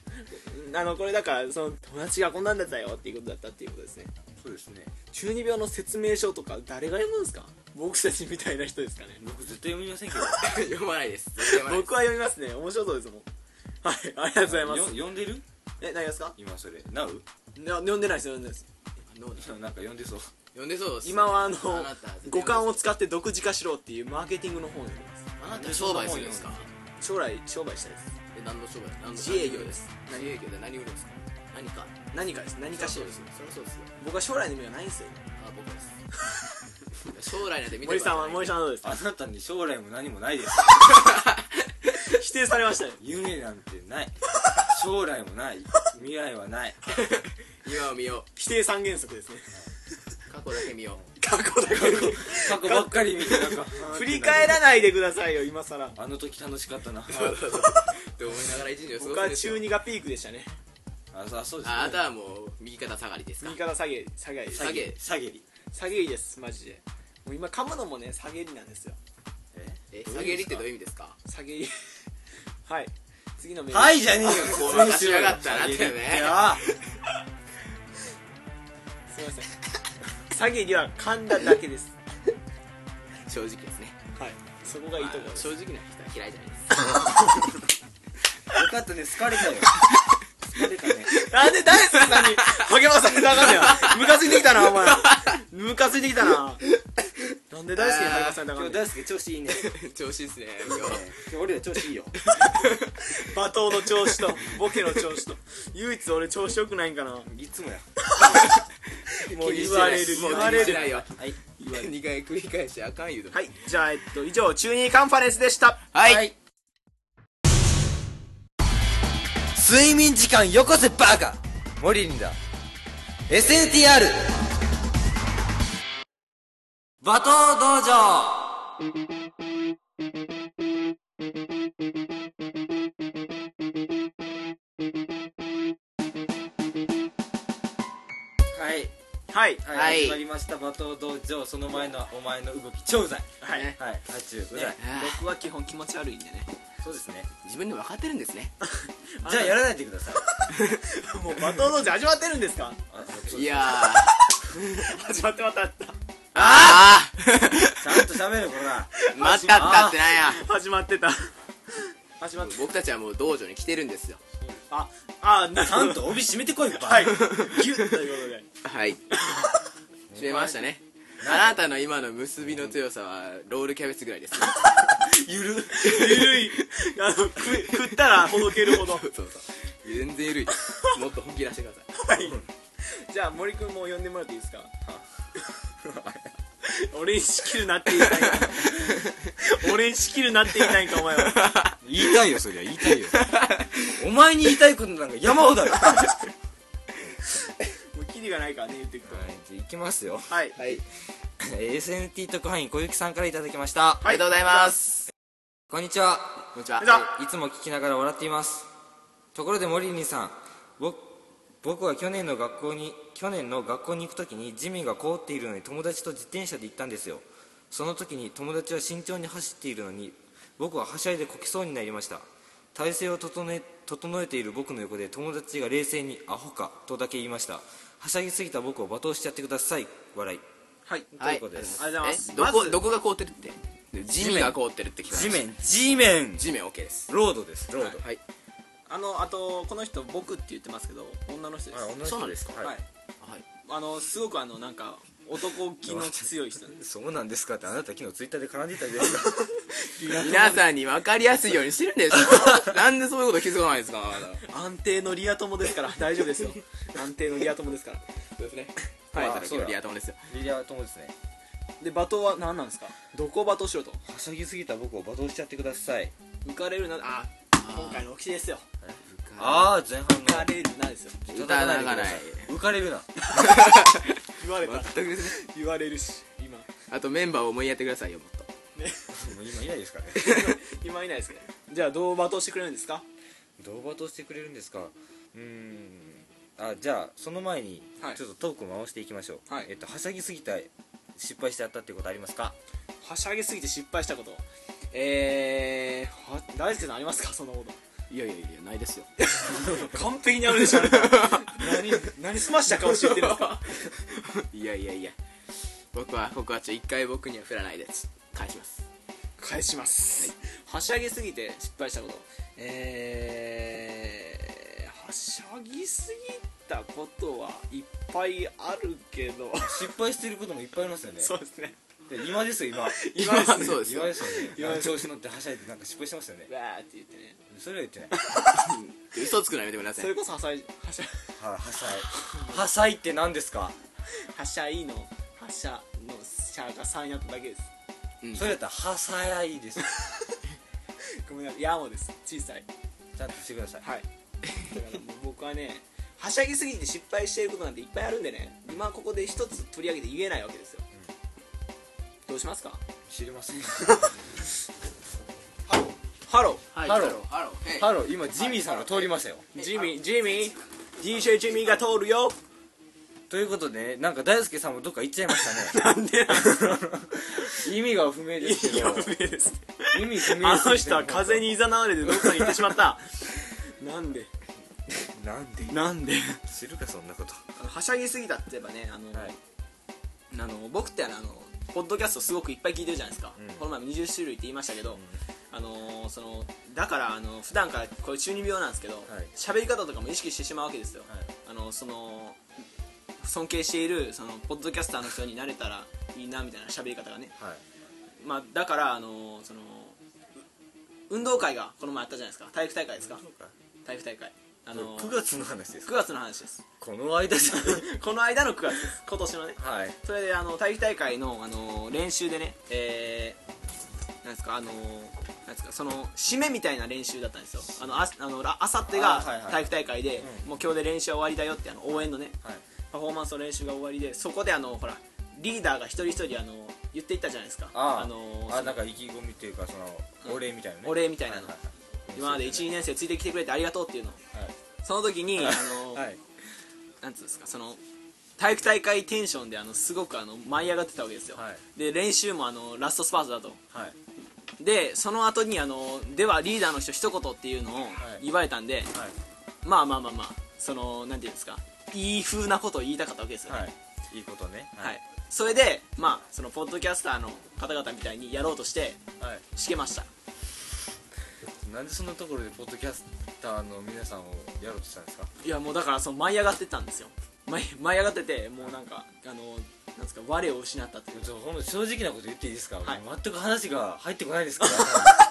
[SPEAKER 2] あのこれだからその友達がこんなんだったよっていうことだったっていうことですね
[SPEAKER 3] そうですね
[SPEAKER 2] 中二病の説明書とか誰が読むんですか僕たちみたいな人ですかね
[SPEAKER 3] 僕絶対読みませんけど
[SPEAKER 1] 読まないです絶対読まないです
[SPEAKER 2] 僕は読みますね面白そうですもんはいありがとうございま
[SPEAKER 3] よ
[SPEAKER 2] す
[SPEAKER 3] 読んでる
[SPEAKER 2] え何ですか
[SPEAKER 3] 今それ Now?
[SPEAKER 2] いや読んでないです読んでないです
[SPEAKER 1] どうだ
[SPEAKER 3] なんか読んでそう
[SPEAKER 1] 読んでそうですね
[SPEAKER 2] 今はあの
[SPEAKER 1] なた絶対
[SPEAKER 2] 五感を使って独自化しろっていうマーケティングの本を読んでま
[SPEAKER 1] あなた商売するんですか
[SPEAKER 2] す将来商売したいです
[SPEAKER 1] え何の商売何の
[SPEAKER 2] 自営業です
[SPEAKER 1] 自営業で何売るんですか何か
[SPEAKER 2] 何かです何かし
[SPEAKER 1] そ
[SPEAKER 2] ら
[SPEAKER 1] う
[SPEAKER 2] で
[SPEAKER 1] ですすよそりゃそうですよ
[SPEAKER 2] 僕は将来の夢はないんですよ
[SPEAKER 1] あ僕です
[SPEAKER 2] [LAUGHS]
[SPEAKER 1] 将来なんて見て
[SPEAKER 2] 森さんは
[SPEAKER 1] も
[SPEAKER 2] 森さんはどうですか
[SPEAKER 3] あなたに将来も何もないです
[SPEAKER 2] 否定されましたね
[SPEAKER 3] 夢なんて [LAUGHS] ない将来もない未来はない
[SPEAKER 1] 今を見よ
[SPEAKER 2] 否定三原則ですね
[SPEAKER 1] う過去だけ見よ
[SPEAKER 2] 過去だけ
[SPEAKER 3] 過去ばっかり見てなんか
[SPEAKER 2] 振り返ら [LAUGHS] ないでくださいよ今さら
[SPEAKER 3] あの時楽しか [LAUGHS] ったな
[SPEAKER 1] うって思いながら一日を過ご
[SPEAKER 2] 僕
[SPEAKER 1] すん
[SPEAKER 2] は
[SPEAKER 1] ですよ
[SPEAKER 2] 中二がピークでしたね
[SPEAKER 3] ああそうですね
[SPEAKER 1] あなたはもう右肩下がりですか
[SPEAKER 2] 右肩下げ下げ
[SPEAKER 1] 下げ
[SPEAKER 3] 下げり
[SPEAKER 2] 下げりですマジでもう今噛むのもね下げりなんですよ
[SPEAKER 1] え下げりってどういう
[SPEAKER 3] う
[SPEAKER 1] 意味ですか
[SPEAKER 2] 下げり [LAUGHS] はい次のメール、
[SPEAKER 3] はいじゃ [LAUGHS] ねえよ
[SPEAKER 1] ごまかしやがったなってね
[SPEAKER 3] 下げりってあ
[SPEAKER 2] すいません下げりは噛んだだけです
[SPEAKER 1] 正直ですね
[SPEAKER 2] はいそこがいいところ
[SPEAKER 1] まあ
[SPEAKER 2] です
[SPEAKER 1] 正直な人は嫌いじゃないです
[SPEAKER 3] よかったね好かれた
[SPEAKER 1] [LAUGHS]
[SPEAKER 3] よ好かれたね
[SPEAKER 2] なんで誰そんなに励まされたらあかんのやムカついてきたなお前ムカついてきたななんで大好きに励まされたらあか
[SPEAKER 3] 今日
[SPEAKER 2] んねん
[SPEAKER 3] 大輔調子いい
[SPEAKER 1] [LAUGHS]
[SPEAKER 3] ね
[SPEAKER 1] 調子いいっすね
[SPEAKER 3] 今日俺ら調子いいよ
[SPEAKER 2] 罵倒の調子とボケの調子と唯一俺調子よくないんかなも
[SPEAKER 3] い
[SPEAKER 2] [LAUGHS]
[SPEAKER 3] つもや
[SPEAKER 2] う言われる
[SPEAKER 1] もう
[SPEAKER 2] 言われ
[SPEAKER 1] 気にし
[SPEAKER 2] る
[SPEAKER 1] ないよ
[SPEAKER 3] はい
[SPEAKER 1] 2回繰り返しあかん言うと
[SPEAKER 2] はいじゃあえっと以上中二カンファレンスでした
[SPEAKER 1] はい、
[SPEAKER 3] 睡眠時間よこせバカ
[SPEAKER 5] モリリンだ SATR
[SPEAKER 3] 馬頭道場はい
[SPEAKER 2] はい
[SPEAKER 3] はい、
[SPEAKER 1] はい
[SPEAKER 3] 始まりました馬頭道場その前のお前の動き超うざい
[SPEAKER 2] はい、
[SPEAKER 1] ね
[SPEAKER 3] はい八十うざい
[SPEAKER 2] 僕は基本気持ち悪いんでね
[SPEAKER 3] そうですね
[SPEAKER 1] 自分でも分かってるんですね
[SPEAKER 3] じゃあやらないでください
[SPEAKER 2] もう罵倒の字始まってるんですか
[SPEAKER 3] あそう
[SPEAKER 1] いやー
[SPEAKER 2] 始まってまた
[SPEAKER 1] あ
[SPEAKER 3] ちゃんと喋るこら
[SPEAKER 1] あまたったってなんや
[SPEAKER 2] 始まってた始まって
[SPEAKER 1] 僕たちはもう道場に来てるんですよ
[SPEAKER 2] ああな
[SPEAKER 3] ちゃんと帯締めてこいバカ
[SPEAKER 2] はいギュッということで [LAUGHS]
[SPEAKER 1] はい締めましたねあなたの今の結びの強さはロールキャベツぐらいですよ
[SPEAKER 3] ゆる
[SPEAKER 2] ゆるいあのく食ったらほどけるほど
[SPEAKER 1] そうそう全然緩いもっと本気出してください
[SPEAKER 2] じゃあ森くんも呼んでもらっていいですか [LAUGHS] 俺に仕切るなって言いた [LAUGHS] いか俺に仕切るなって言いたいんかお前は
[SPEAKER 3] [LAUGHS] 言いたいよそりゃ言いたいよ [LAUGHS] お前に言いたいことなんか山ほどある [LAUGHS] は
[SPEAKER 2] もうキリがないからね言っていくと
[SPEAKER 3] いいきますよ [LAUGHS]
[SPEAKER 2] はい
[SPEAKER 1] はい、
[SPEAKER 3] SNT 特派員小雪さんからいただきました
[SPEAKER 1] ありがとうございます
[SPEAKER 3] こんにちは
[SPEAKER 1] こんにちは
[SPEAKER 2] じゃあ
[SPEAKER 3] いつも聞きながら笑っていますところでモリリンさん僕僕は去年の学校に去年の学校に行く時に地面が凍っているのに友達と自転車で行ったんですよその時に友達は慎重に走っているのに僕ははしゃいでこきそうになりました体勢を整え整えている僕の横で友達が冷静に「アホか」とだけ言いましたはしゃぎすぎた僕を罵倒しちゃってください笑い
[SPEAKER 2] はい
[SPEAKER 1] は
[SPEAKER 3] ということです
[SPEAKER 2] ありがとうございます
[SPEAKER 1] えど
[SPEAKER 2] ま
[SPEAKER 1] こ
[SPEAKER 2] ず
[SPEAKER 1] どこが凍ってるって地面が凍ってるって聞かれ
[SPEAKER 3] 地
[SPEAKER 1] ました
[SPEAKER 3] 面地面
[SPEAKER 1] 地面 OK です
[SPEAKER 3] ロードですロード、
[SPEAKER 1] はい
[SPEAKER 2] あのあとこの人僕って言ってますけど女の人です
[SPEAKER 3] あ同じ
[SPEAKER 1] そうなんですか
[SPEAKER 3] はい
[SPEAKER 2] はい
[SPEAKER 1] はい
[SPEAKER 2] あのすごくあのなんか男気の強い人なんです
[SPEAKER 3] そうなんですかってあなた昨日ツイッターで絡んでたじゃないですか
[SPEAKER 1] 皆さんに分かりやすいようにしてるんでし [LAUGHS] ょなんでそういうこと気づかないんですかまだ
[SPEAKER 2] 安定のリア友です [LAUGHS] から大丈夫ですよ安定のリア友ですから
[SPEAKER 1] そうですね
[SPEAKER 2] はい
[SPEAKER 1] はい時のリア友ですよ
[SPEAKER 3] [LAUGHS] リリア友ですね
[SPEAKER 2] で罵倒は何なんですかどこを罵倒しろと
[SPEAKER 3] はしゃぎすぎた僕を罵倒しちゃってください
[SPEAKER 2] 浮かれるなあ今回のオキシですよ
[SPEAKER 3] ああ前半
[SPEAKER 2] 浮かれるなですよ
[SPEAKER 1] 歌がない
[SPEAKER 3] 浮かれるな
[SPEAKER 2] 言われた
[SPEAKER 1] 全くですね
[SPEAKER 2] [LAUGHS] 言われるし今
[SPEAKER 1] あとメンバーを思いやってくださいよもっと
[SPEAKER 2] [LAUGHS]
[SPEAKER 3] もう今いないですからね
[SPEAKER 2] 今いないですけどじゃあどう罵倒してくれるんですか
[SPEAKER 3] [LAUGHS] どう罵倒してくれるんですかうーんあじゃあその前に
[SPEAKER 2] はい
[SPEAKER 3] ちょっとトークを回していきましょう、
[SPEAKER 2] はい
[SPEAKER 3] えっと、はしゃぎすぎた失敗してやったっていうことありますか
[SPEAKER 2] はしゃぎすぎて失敗したことえー、は大輔さんありますかそんなこと
[SPEAKER 1] いやいやいやないですよ
[SPEAKER 2] 完璧にあるでしょあなた何何すました顔して言ってるんですか
[SPEAKER 1] いやいやいや僕は僕はちょ一回僕には振らないでち返します
[SPEAKER 2] 返します、はしゃぎすぎて失敗したことえー、はしゃぎすぎたことはいっぱいあるけど
[SPEAKER 3] 失敗してることもいっぱいありますよね
[SPEAKER 2] そうですね
[SPEAKER 3] で今です [LAUGHS] よ今
[SPEAKER 2] 今ですね
[SPEAKER 1] そうですよ
[SPEAKER 3] 今ですよね
[SPEAKER 2] 今です
[SPEAKER 3] 調子乗ってはしゃいでなんか失敗してましたよね
[SPEAKER 2] わーって言ってね
[SPEAKER 3] それは言ってない
[SPEAKER 1] 嘘つくのやめてくださ
[SPEAKER 2] そ
[SPEAKER 1] い
[SPEAKER 2] れこそはしゃいはしゃ
[SPEAKER 3] ははしゃいはしゃいって何ですか
[SPEAKER 2] はしゃいのはしゃのしゃが3やっただけです
[SPEAKER 3] それやったらはしゃい
[SPEAKER 2] [LAUGHS]
[SPEAKER 3] です
[SPEAKER 2] ごめんなさいやもです小さい
[SPEAKER 3] ちゃんとしてください
[SPEAKER 2] はいだからもう僕はねはしゃぎすぎて失敗していることなんていっぱいあるんでね今ここで一つ取り上げて言えないわけですよ、どうしますか
[SPEAKER 3] 知りません
[SPEAKER 2] ハロー
[SPEAKER 1] はい
[SPEAKER 3] ハロー
[SPEAKER 1] ハロー
[SPEAKER 3] [LAUGHS] ハロー今ジミーさんが通りましたよ
[SPEAKER 2] ジミー、ジミー、DJ ジミーが通るよ。
[SPEAKER 3] ということでねなんか大輔さんもどっか行っちゃいまし
[SPEAKER 2] [LAUGHS] な
[SPEAKER 3] たね
[SPEAKER 2] んでなんですか
[SPEAKER 3] 意味が不明ですけど
[SPEAKER 2] です。
[SPEAKER 3] 意味不明
[SPEAKER 2] あの人は風に誘われてどっかに行ってしまった。なんで、
[SPEAKER 3] なんで
[SPEAKER 2] なんで。
[SPEAKER 3] 知るかそんなこと
[SPEAKER 2] はしゃぎすぎたって言えばね、あの、
[SPEAKER 3] はい
[SPEAKER 2] あの僕ってあの、ポッドキャストすごくいっぱい聞いてるじゃないですか。
[SPEAKER 3] うん
[SPEAKER 2] この前も20種類って言いましたけど、あのそのだからあの普段からこれ中二病なんですけど
[SPEAKER 3] い
[SPEAKER 2] 喋、り方とかも意識してしまうわけですよ、
[SPEAKER 3] はい
[SPEAKER 2] あのその尊敬しているそのポッドキャスターの人になれた
[SPEAKER 3] [LAUGHS]
[SPEAKER 2] らいいなみたいな喋り方がね
[SPEAKER 3] はい
[SPEAKER 2] まあ、だから、あのそのう運動会がこの前あったじゃないですか体育大会ですか体育大会、あの
[SPEAKER 3] 9月の話ですか
[SPEAKER 2] 9月の話です
[SPEAKER 3] この間
[SPEAKER 2] [LAUGHS]
[SPEAKER 3] じゃ
[SPEAKER 2] この間の9月です今年のね
[SPEAKER 3] んはい
[SPEAKER 2] それであの体育大会の、あの練習でね、えーなんですかあのなんですかその締めみたいな練習だったんですよあのああのらあさって
[SPEAKER 3] あ
[SPEAKER 2] が
[SPEAKER 3] はいはい
[SPEAKER 2] 体育大会で、もう今日で練習は終わりだよってあの応援のね、
[SPEAKER 3] はい
[SPEAKER 2] パフォーマンスの練習が終わりでそこであのほらリーダーが一人一人あの言っていったじゃないですか
[SPEAKER 3] ああ
[SPEAKER 2] の
[SPEAKER 3] あなんか意気込みっていうかそのお礼みたいなね
[SPEAKER 2] お礼みたいなの
[SPEAKER 3] はははい
[SPEAKER 2] 今まで1、2年生ついてきてくれてありがとうっていうのその時にあの、
[SPEAKER 3] はいはい
[SPEAKER 2] なんつうんですかその体育大会テンションであのすごくあの舞い上がってたわけですよ、
[SPEAKER 3] は
[SPEAKER 2] で練習もあのラストスパートだと
[SPEAKER 3] はい
[SPEAKER 2] でその後にあのではリーダーの人一言っていうのを言われたんで、
[SPEAKER 3] はい
[SPEAKER 2] まあまあまあまあそのなんていうんですかいい風なことを言いたかったわけですよね、
[SPEAKER 3] はい、いいことね
[SPEAKER 2] はいそれでまあそのポッドキャスターの方々みたいにやろうとして
[SPEAKER 3] はい、
[SPEAKER 2] しけました
[SPEAKER 3] なんでそんなところでポッドキャスターの皆さんをやろうとしたんですか
[SPEAKER 2] いやもうだからその舞い上がってったんですよ舞い舞い上がっててもうなんかあのなんですか我を失ったという
[SPEAKER 3] ちょほんと正直なこと言っていいですか、
[SPEAKER 2] はい
[SPEAKER 3] もう全く話が入ってこないですから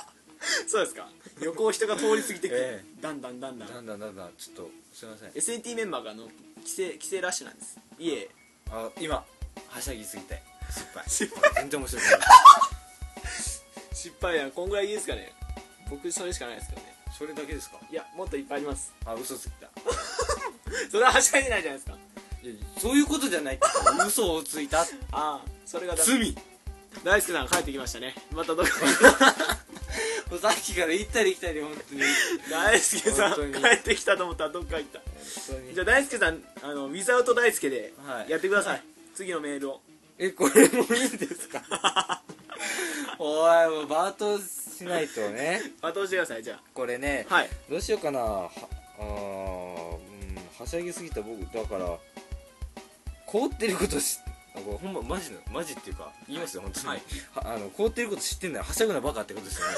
[SPEAKER 2] [LAUGHS] そうですか横を人が通り過ぎてく
[SPEAKER 3] え
[SPEAKER 2] だんだんだ
[SPEAKER 3] [LAUGHS]
[SPEAKER 2] んだん
[SPEAKER 3] なんだなんだちょっとすいません
[SPEAKER 2] SNT メンバーがあの帰省帰省ラッシュなんですいえ
[SPEAKER 3] あ今はしゃぎすぎて失敗
[SPEAKER 2] 失
[SPEAKER 3] 全然面白くない
[SPEAKER 2] 失敗やんこんぐらいいいですかね僕それしかないですけどね
[SPEAKER 3] それだけですか
[SPEAKER 2] いやもっといっぱいあります
[SPEAKER 3] あ嘘ついた
[SPEAKER 2] それははしゃいでないじゃないですか
[SPEAKER 3] いやそういうことじゃないって嘘をついた
[SPEAKER 2] ああそれがダメ
[SPEAKER 3] 罪
[SPEAKER 2] 大輔さんが帰ってきましたねまたどこか
[SPEAKER 3] [LAUGHS] もうさっきから行ったり来たり本当に
[SPEAKER 2] [LAUGHS] 大輔さん
[SPEAKER 3] 本当に
[SPEAKER 2] 帰ってきたと思ったらどっか行ったじゃあ大輔さんあのウィザウト大輔で
[SPEAKER 3] はい
[SPEAKER 2] やってください、次のメールを
[SPEAKER 3] えこれもいいんですか [LAUGHS] おいもうバートしないとね
[SPEAKER 2] まとしてくださいじゃ
[SPEAKER 3] これね
[SPEAKER 2] あはい
[SPEAKER 3] どうしようかなはあーうんはしゃぎすぎた僕だから凍ってることしあこれほんまマジのマジっていうか言いますよ本当に、
[SPEAKER 2] はい
[SPEAKER 3] はあの凍ってること知ってんだよはしゃぐなバカってことですよね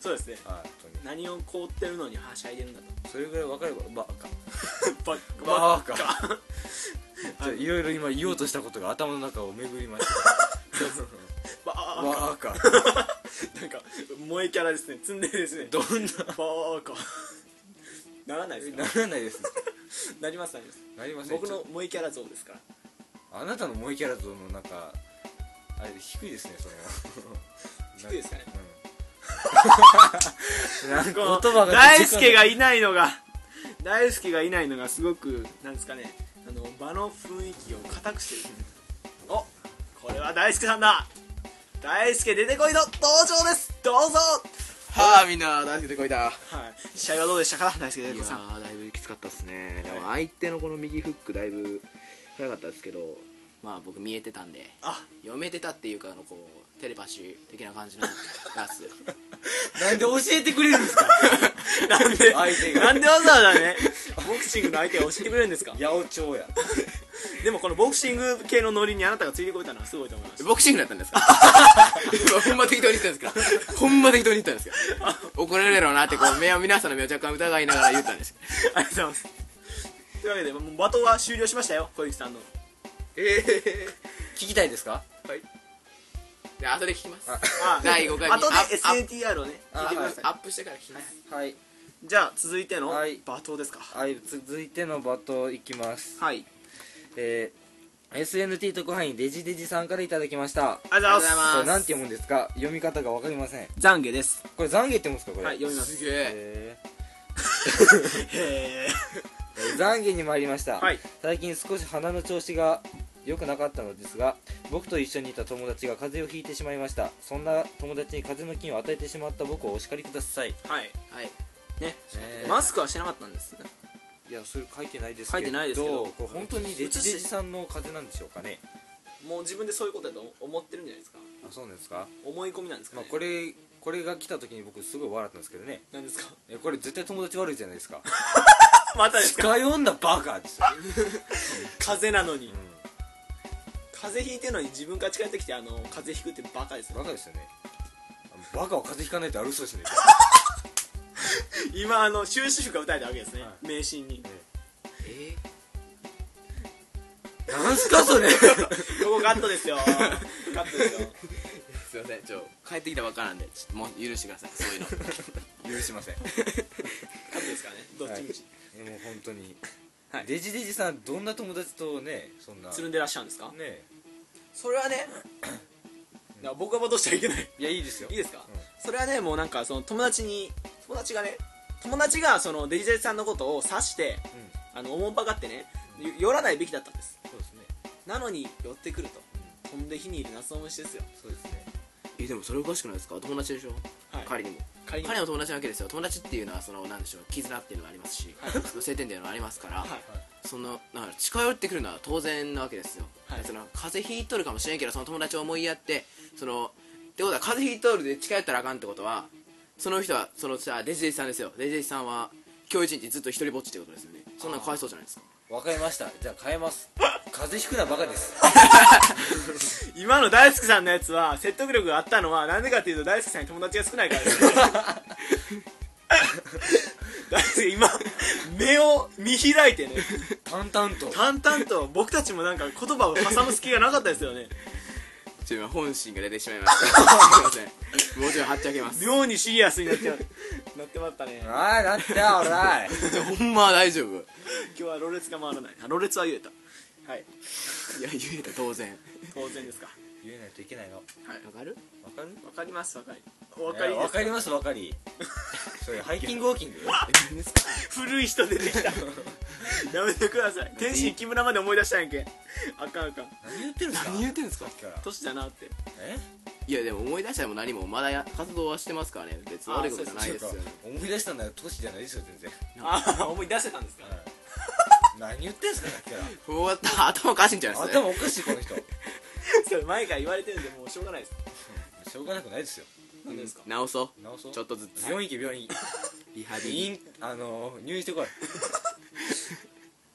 [SPEAKER 2] そうですね
[SPEAKER 3] はい本当に
[SPEAKER 2] 何を凍ってるのにはしゃいでるんだ
[SPEAKER 3] それぐらい分かればバカ
[SPEAKER 2] とバックバ
[SPEAKER 3] バ [LAUGHS] カちょいろいろ今言おうとしたことが頭の中を巡りました
[SPEAKER 2] ッバ
[SPEAKER 3] [LAUGHS]
[SPEAKER 2] ー
[SPEAKER 3] バカ
[SPEAKER 2] なんか萌えキャラですねツンデレですね
[SPEAKER 3] どん
[SPEAKER 2] バーカならないですか
[SPEAKER 3] なならないです
[SPEAKER 2] なりますなります
[SPEAKER 3] なりません
[SPEAKER 2] 僕の萌えキャラ像ですから
[SPEAKER 3] あなたの萌えキャラとのなんかあれ低いですねそれは
[SPEAKER 2] 低いですかね [LAUGHS]
[SPEAKER 3] うんなんか言葉が
[SPEAKER 2] 大輔がいないのが大輔がいないのがすごくなんですかねあの場の雰囲気を固くしてるおこれは大輔さんだ大輔出てこいの登場ですどうぞ
[SPEAKER 1] はあみんな大輔でこいだ
[SPEAKER 2] はい試合はどうでしたか大輔出
[SPEAKER 1] い
[SPEAKER 2] て
[SPEAKER 1] や
[SPEAKER 2] こさん
[SPEAKER 1] ーだいぶきつかったですねでも相手のこの右フックだいぶ早かったですけどまあ僕見えてたんで
[SPEAKER 2] あ
[SPEAKER 1] 読めてたっていうかあのこうテレパシー的な感じのやつ
[SPEAKER 3] なんで教えてくれるんですか
[SPEAKER 2] なんで
[SPEAKER 3] 相手が
[SPEAKER 2] なんでわざわざね [LAUGHS] ボクシングの相手を教えてくれるんですか
[SPEAKER 3] 八百長や
[SPEAKER 2] [LAUGHS] でもこのボクシング系のノリにあなたがついてこれたのはすごいと思いま
[SPEAKER 1] [LAUGHS]
[SPEAKER 2] す
[SPEAKER 1] ボクシングだったんです [LAUGHS] かほんま適当に言ったんですかほんま適当に言ったん [LAUGHS] ですか怒られるやろうなってこう目を皆さんの目を若干疑いながら言ったんです
[SPEAKER 2] [LAUGHS] ありがとうございますというわけでもう罵倒は終了しましたよ小雪さんの
[SPEAKER 1] え
[SPEAKER 3] 聞きたいですか
[SPEAKER 1] えはいで後で聞きます
[SPEAKER 2] あ
[SPEAKER 1] 第五回
[SPEAKER 2] 後
[SPEAKER 1] ああ
[SPEAKER 2] で SNTR をね
[SPEAKER 3] あ
[SPEAKER 2] 聞いてください
[SPEAKER 1] アップしてから聞きます
[SPEAKER 3] はい、
[SPEAKER 2] じゃあ続いての
[SPEAKER 3] はい
[SPEAKER 2] 罵倒ですか
[SPEAKER 3] はい、続いてのバトいきます
[SPEAKER 2] はい
[SPEAKER 3] えー SNT 特派員デジデジさんからいただきました
[SPEAKER 2] ありがとうござい
[SPEAKER 1] あ
[SPEAKER 2] ま
[SPEAKER 3] こ
[SPEAKER 2] す
[SPEAKER 3] れなんて読むんですか読み方がわかりません
[SPEAKER 2] 懺悔です
[SPEAKER 3] これ懺悔って読むんですかこれ
[SPEAKER 2] はい読みます
[SPEAKER 1] すげえ
[SPEAKER 3] えー
[SPEAKER 2] へ
[SPEAKER 3] えー [LAUGHS] 懺悔に参りました、
[SPEAKER 2] はい
[SPEAKER 3] 最近少し鼻の調子が良くなかったのですが僕と一緒にいた友達が風邪をひいてしまいましたそんな友達に風邪の菌を与えてしまった僕をお叱りください、
[SPEAKER 2] えはい
[SPEAKER 1] はい
[SPEAKER 2] ね
[SPEAKER 3] えー
[SPEAKER 2] マスクはしてなかったんです
[SPEAKER 3] いやそれ書いてないですけど
[SPEAKER 2] 書いてないですけど
[SPEAKER 3] これ本当にデジデジさんの風邪なんでしょうかね
[SPEAKER 2] もう自分でそういうことだと思ってるんじゃないですか
[SPEAKER 3] あそうなんですか、
[SPEAKER 2] 思い込みなんですか
[SPEAKER 3] まあ
[SPEAKER 2] ね、
[SPEAKER 3] これこれが来た時に僕すごい笑ったんですけどね
[SPEAKER 2] なんですか
[SPEAKER 3] えこれ絶対友達悪いじゃない [LAUGHS] ですか
[SPEAKER 2] [LAUGHS] またですか
[SPEAKER 3] 使い女バカですよ、
[SPEAKER 2] [LAUGHS] 風邪なのに
[SPEAKER 3] う
[SPEAKER 2] 風邪ひいてるのに自分から近寄ってきてあの風邪ひくってバカです
[SPEAKER 3] ん、
[SPEAKER 2] よ
[SPEAKER 3] バカですよねあのバカを風邪ひかないってあるそうですね
[SPEAKER 2] 今あの終止符が打たれたわけですね、
[SPEAKER 3] は
[SPEAKER 2] 迷信に
[SPEAKER 1] え
[SPEAKER 3] [LAUGHS] なんすかそれ
[SPEAKER 2] ここカットです [LAUGHS] よカットですよ
[SPEAKER 1] ー、すいませんちょ帰ってきたばっかなんでちょっともう許してくださいそういうの
[SPEAKER 3] 許しません
[SPEAKER 2] カットですからねどっちみち、
[SPEAKER 3] えもう本当に、
[SPEAKER 2] はい
[SPEAKER 3] デジデジさんどんな友達とねそんな
[SPEAKER 2] つる
[SPEAKER 3] ね
[SPEAKER 2] んでらっしゃるんですか
[SPEAKER 3] え
[SPEAKER 2] それはねだから僕が戻しちゃいけない
[SPEAKER 3] いやいいですよ
[SPEAKER 2] いいですか、
[SPEAKER 3] うん
[SPEAKER 2] それはねもうなんかその友達に友達がね友達がそのデジデジさんのことを指して
[SPEAKER 3] うん
[SPEAKER 2] あのおもんばかってねよ寄らないべきだったんです
[SPEAKER 3] そうですね
[SPEAKER 2] なのに寄ってくると、飛んで火にいる夏の虫ですよ
[SPEAKER 3] そうですね
[SPEAKER 1] [LAUGHS] えでもそれおかしくないですか友達でしょ、
[SPEAKER 2] はい
[SPEAKER 1] 仮にも
[SPEAKER 2] 仮に
[SPEAKER 1] 彼の友達なわけですよ友達っていうのはそのなんでしょう絆っていうのがありますし、
[SPEAKER 2] はい
[SPEAKER 1] その性転でのがありますから、
[SPEAKER 2] はい
[SPEAKER 1] そのだから近寄ってくるのは当然なわけですよ、
[SPEAKER 2] はい
[SPEAKER 1] その風邪ひいとるかもしれんけどその友達を思いやってそのってことは風邪ひいとるで近寄ったらあかんってことはその人はそのさデジデジさんですよデジデジさんは今日一日ずっと一人ぼっちってことですよねそんなんかわいそうじゃないですか
[SPEAKER 3] わかりましたじゃあ変えます [LAUGHS] 風邪ひくなバカです
[SPEAKER 2] 今の大輔さんのやつは説得力があったのはなんでかっていうと大輔さんに友達が少ないから [LAUGHS] です大輔今目を見開いてね
[SPEAKER 3] 淡々と
[SPEAKER 2] 淡々と僕たちもなんか言葉を挟む隙がなかったですよ [LAUGHS] ね
[SPEAKER 1] ちょっと今本心が出てしまいましたすいませんもうちょいはっちゃけます
[SPEAKER 2] 妙にシリアスになっちゃうなってまったね今
[SPEAKER 3] ああなってよおらい
[SPEAKER 1] ちょ [LAUGHS] ほんまは大丈夫
[SPEAKER 2] 日はろれつが回らないあろれつは言えたはい
[SPEAKER 1] いや言えた当然
[SPEAKER 2] 当然ですか
[SPEAKER 3] 言えないといけないのわ
[SPEAKER 1] わかる
[SPEAKER 3] かる
[SPEAKER 2] わかりますわかりお分かり
[SPEAKER 3] いや
[SPEAKER 2] で
[SPEAKER 3] わ
[SPEAKER 2] す
[SPEAKER 3] かりますわかりそれハイキングウォーキング
[SPEAKER 2] [LAUGHS] 古い人出てき [LAUGHS] たやめてください天心木村まで思い出したんやけんあかんあかん
[SPEAKER 3] 何言ってるんですか
[SPEAKER 1] 何言ってんですか
[SPEAKER 3] さっきから
[SPEAKER 2] 年だなって
[SPEAKER 3] え
[SPEAKER 1] いやでも思い出したりも何もまだや活動はしてますからね別に悪いことじゃないですよね
[SPEAKER 3] 思い出したんだよ年じゃないですよ全然
[SPEAKER 2] ああ思い出せたんですか
[SPEAKER 3] はい何言ってんすかさっきから [LAUGHS]
[SPEAKER 1] 終わった頭おかしいんじゃないですか
[SPEAKER 3] 頭おかしいこの人
[SPEAKER 2] [LAUGHS] それ前から言われてるんでもうしょうがないです
[SPEAKER 3] しょうがなくないですよ
[SPEAKER 2] 何ですか
[SPEAKER 1] 直そ
[SPEAKER 3] 直そう
[SPEAKER 1] うちょっとずつ
[SPEAKER 3] 病院行け病院
[SPEAKER 1] リハビ
[SPEAKER 3] い
[SPEAKER 1] リ
[SPEAKER 3] んあのー入院してこい